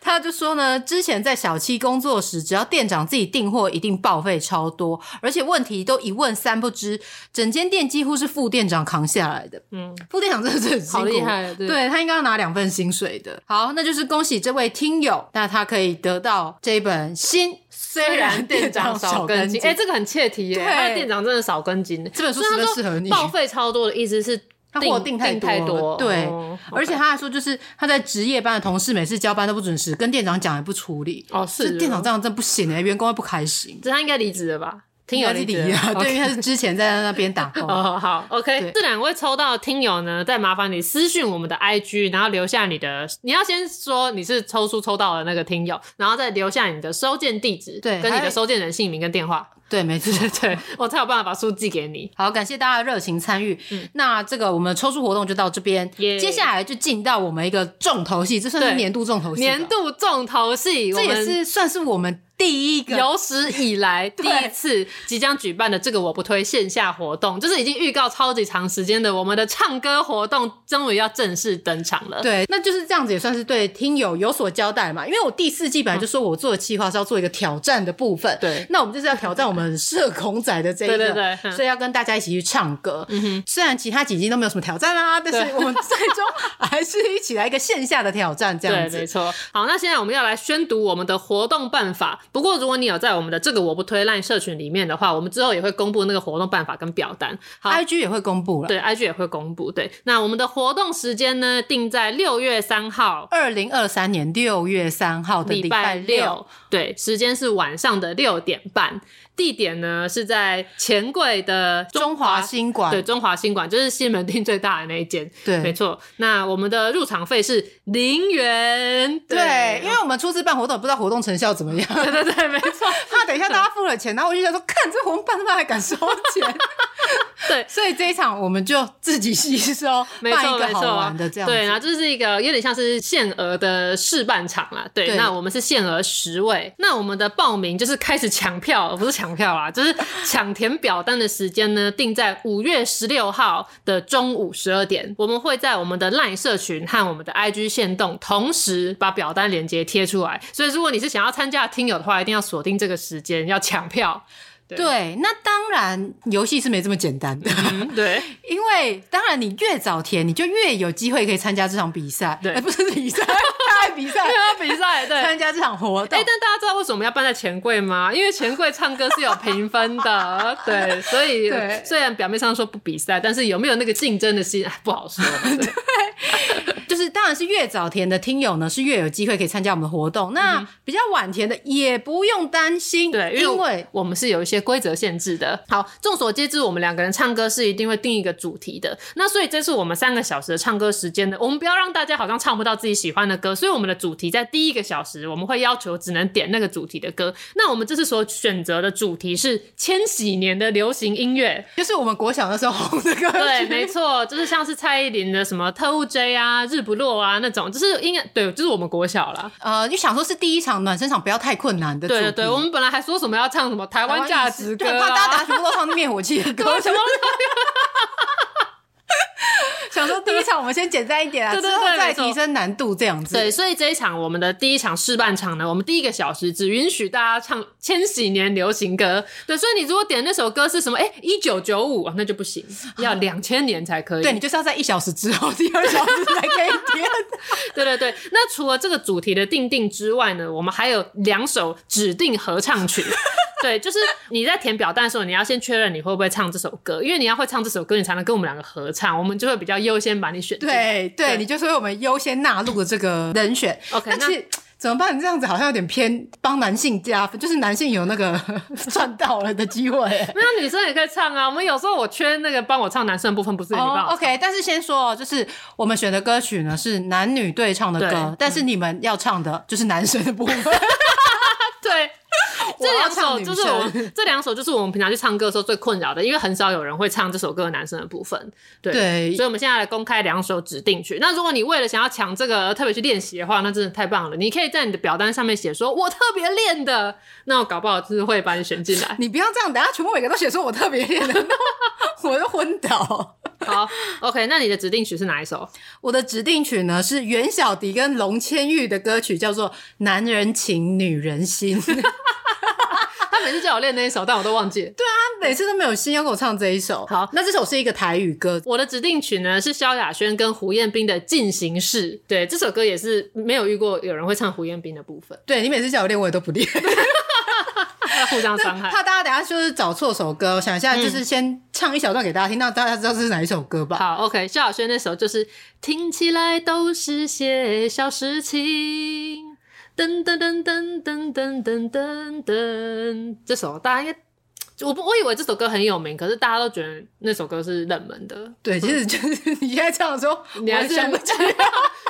他就说呢，之前在小七工作时，只要店长自己订货，一定报废超多，而且问题都一问三不知，整间店几乎是副店长扛下来的。
嗯，
副店长真的嗯是很辛苦，
好厉害，对，
对他应该要拿两份薪水的。好，那就是恭喜这位听友，那他可以得到这一本新，虽
虽 然店长啊少跟
进
进，哎、这个很切题耶，
对
他的店长真的少跟进，
这本书
所以他
真的
说
适合你
报废超多的意思是
他货订太
订
多
太
了
多，
对
哦
而且他还说，就是他在值夜班的同事每次交班都不准时，跟店长讲也不处理。
哦是
这店长这样真的不行哎、员工会不开心。
这他应该离职了吧？ 听友
应该是
职
你啊，
了
对，因为
OK
他是之前在那边打工。
哦，好
对
，OK，这两位抽到的听友呢，再麻烦你私讯我们的 IG，然后留下你的，你要先说你是抽出抽到的那个听友，然后再留下你的收件地址，
对
跟你
还有
的收件人姓名跟电 话，
对，没错，
对我才有办法把书寄给你。
好，感谢大家的热情参与。那这个我们抽出活动就到这边
嗯耶
接下来就进到我们一个重头戏，这算是
对
年度重头戏吧，
年度重头戏，
这
我
也
们
是算是我们第一个
有史 以来第一次即将举办的这个我不推线下活动，就是已经预告超级长时间的我们的唱歌活动，终于要正式登场 了。
对，那就是这样子，也算是对听友有所交代嘛。因为我第四季本来就说我做的计划是要做一个挑战的部分，
对
那我们就是要挑战我们社恐仔的这一个，
对对对嗯
所以要跟大家一起去唱歌。虽然其他几季都没有什么挑战啦、但是
对
我们最终还是一起来一个线下的挑战，这样
对，
子。
没错。好，那现在我们要来宣读我们的活动办法。不过，如果你有在我们的这个我不推烂社群里面的话，我们之后也会公布那个活动办法跟表单。好，
IG 也会公布了，
对，IG 也会公布。对，那我们的活动时间呢，定在六月三号
二零二三年六月三号的
礼
拜
拜六，对，时间是晚上的六点半，地点呢是在钱柜的
中华新馆
对，中华新馆就是西门町最大的那一间，
对
没错。那我们的入场费是零元，
对，因为我们初次办活动，也不知道活动成效怎么样。
对对对，没错，
怕等一下大家付了钱，然后我就想说，看这活动办法还敢收钱，
对。
所以这一场我们就自己吸 收，
没
办
错，
一个
没
好
错
玩的这样子。
对，然后这是一个有点像是限额的试办场啦。对，
对
那我们是限额十位，那我们的报名就是开始抢票，不是抢票啦，就是抢填表单的时间呢，定在五月十六号的中午十二点。我们会在我们的 LINE 社群和我们的 IG 线动同时把表单连接贴出来，所以如果你是想要参加的听友的话，一定要锁定这个时间，要抢票。
对，那当然游戏是没这么简单的，
嗯， 对，
因为当然你越早填，你就越有机会可以参加这场比赛，
对
哎不是比赛，大爱比 赛，
要比赛，对，
参加这场活动。
哎、但大家知道为什么要办在钱柜 吗？因为钱柜唱歌是有评分 的，对，所以
对
虽然表面上说不比赛，但是有没有那个竞争的心，哎不好 说。对
就是当然是越早填的听友呢，是越有机会可以参加我们的活动。那比较晚填的也不用担心，
对，
嗯因
因
为
为我们是有一些规则限制的。好，众所皆知，我们两个人唱歌是一定会定一个主题的。那所以这是我们三个小时的唱歌时间的，我们不要让大家好像唱不到自己喜欢的歌，所以我们的主题在第一个小时，我们会要求只能点那个主题的歌。那我们这次所选择的主题是千禧年的流行音乐。
就是我们国小那时候红的歌曲，
对，没错，就是像是蔡依林的什么特务 J 啊、日不落啊那种，就是应该对，就是我们国小啦。
呃，就想说是第一场暖身场不要太困难的主题，
对对对，我们本来还说什么要唱什么台湾价值歌、
对，
啊，
怕大家打全部都唱灭火器的 歌，什么想说第一场我们先简单一点啊，
对对对
之后再
没错
提升难度这样子。
对，所以这一场我们的第一场试办场呢，我们第一个小时只允许大家唱千禧年流行歌。对，所以你如果点那首歌是什么，哎，一九九五，那就不行，要两千年才可以。
对你就是要在一小时之后，第二小时才可以填。
对对对，那除了这个主题的定定之外呢，我们还有两首指定合唱 曲。对，就是你在填表单的时候，你要先确认你会不会唱这首歌，因为你要会唱这首歌，你才能跟我们两个合唱，我们就会比较优先把你选进来。
对对，
对
你就是我们优先纳入的这个人选。
OK，
那
那
其实怎么办？这样子好像有点偏帮男性加分，就是男性有那个 赚到了的机会。
没有女生也可以唱啊，我们有时候我缺那个帮我唱男生的部分，不是你帮我唱。
哦、o k 但是先说哦，就是我们选的歌曲呢是男女对唱的嗯
对
歌，但是你们要唱的就是男生的部分。
对，
我
这
要
两
唱
首
女
就是我
生
这两首就是我们平常去唱歌的时候最困扰的，因为很少有人会唱这首歌的男生的部分。对，
对。
所以我们现在来公开两首指定曲。那如果你为了想要抢这个而特别去练习的话，那真的太棒了。你可以在你的表单上面写说“我特别练的”，那我搞不好就是会把你选进来
你不要这样，等下全部每个都写说我特别练的， 我就昏倒。
好，OK，那你的指定曲是哪一首？
我的指定曲呢是袁小迪跟龙千玉的歌曲，叫做《男人情女人 心》。
他每次叫我练那一首，但我都忘记了。
每次都没有心要跟我唱这一首。
好
那这首是一个台语歌，
我的指定曲呢是萧亚轩跟胡彦斌的《进行式》，对，这首歌也是没有遇过有人会唱胡彦斌的部分，
对你每次叫我练，我也都不练，
互相伤害。嗯
怕大家等下就是找错首歌。我想一下，就是先唱一小段给大家听，让大家知道这是哪一首歌吧。
好，OK，萧亚轩那首就是听起来都是些小事情，噔噔噔噔噔噔噔噔噔，这首大家应该。我不，我以为这首歌很有名，可是大家都觉得那首歌是冷门的。
对，其实就是 你现在唱的时候，
你还是
我想不起 来。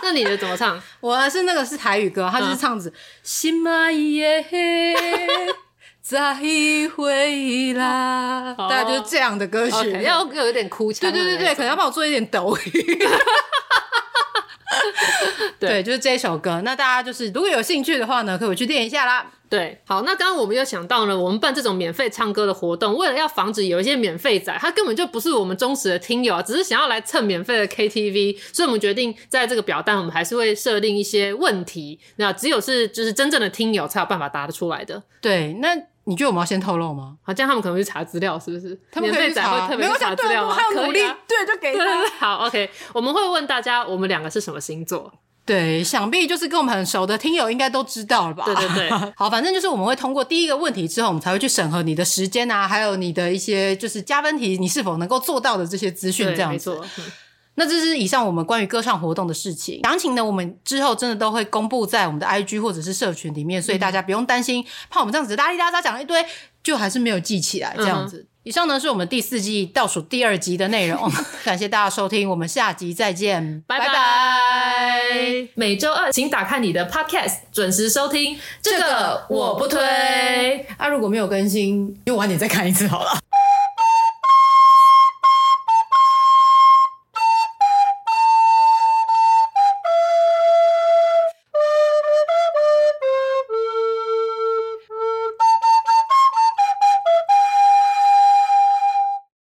那你的怎 么唱？
我还是那个是台语歌，他
嗯
就是唱着“心爱的再回啦”，
哦
大概就是这样的歌曲。
OK，要要有点哭腔
对
的
对
那
对对，
种。
可能要帮我做一点抖 音。对，就是这一首歌。那大家就是如果有兴趣的话呢，可以回去练一下啦。
对，好，那刚刚我们又想到呢，我们办这种免费唱歌的活动，为了要防止有一些免费仔，他根本就不是我们忠实的听友啊，只是想要来蹭免费的 KTV，所以我们决定在这个表单，我们还是会设定一些问题，那只有是就是真正的听友才有办法答得出来的。
对，那你觉得我们要先透露吗？
好，这样他们可能会去查资料，是不是？
他们可
免
以
费
去
仔
查啊，
会特
没
别
有
去
我想
查资
对啊，
料
我
吗
还？有
可
努力
以啊。，
对，就给
对对
他
对。， 好，OK，我们会问大家我们两个是什么星座。
对，想必就是跟我们很熟的听友应该都知道了吧？
对 对对，
好，反正就是我们会通过第一个问题之后，我们才会去审核你的时间啊，还有你的一些就是加分题，你是否能够做到的这些资讯，
对，
这样
没
子。
错。嗯
那这是以上我们关于歌唱活动的事情，详情呢，我们之后真的都会公布在我们的 IG 或者是社群里
嗯
面，所以大家不用担心，怕我们这样子拉里拉扎讲了一堆，就还是没有记起来这样子。
嗯
以上呢是我们第四季倒数第二集的内 容，感谢大家收听，我们下集再见，
拜拜。每周二请打开你的 Podcast，准时收听。这个我不推。
哎啊，如果没有更新，就晚点再看一次好了。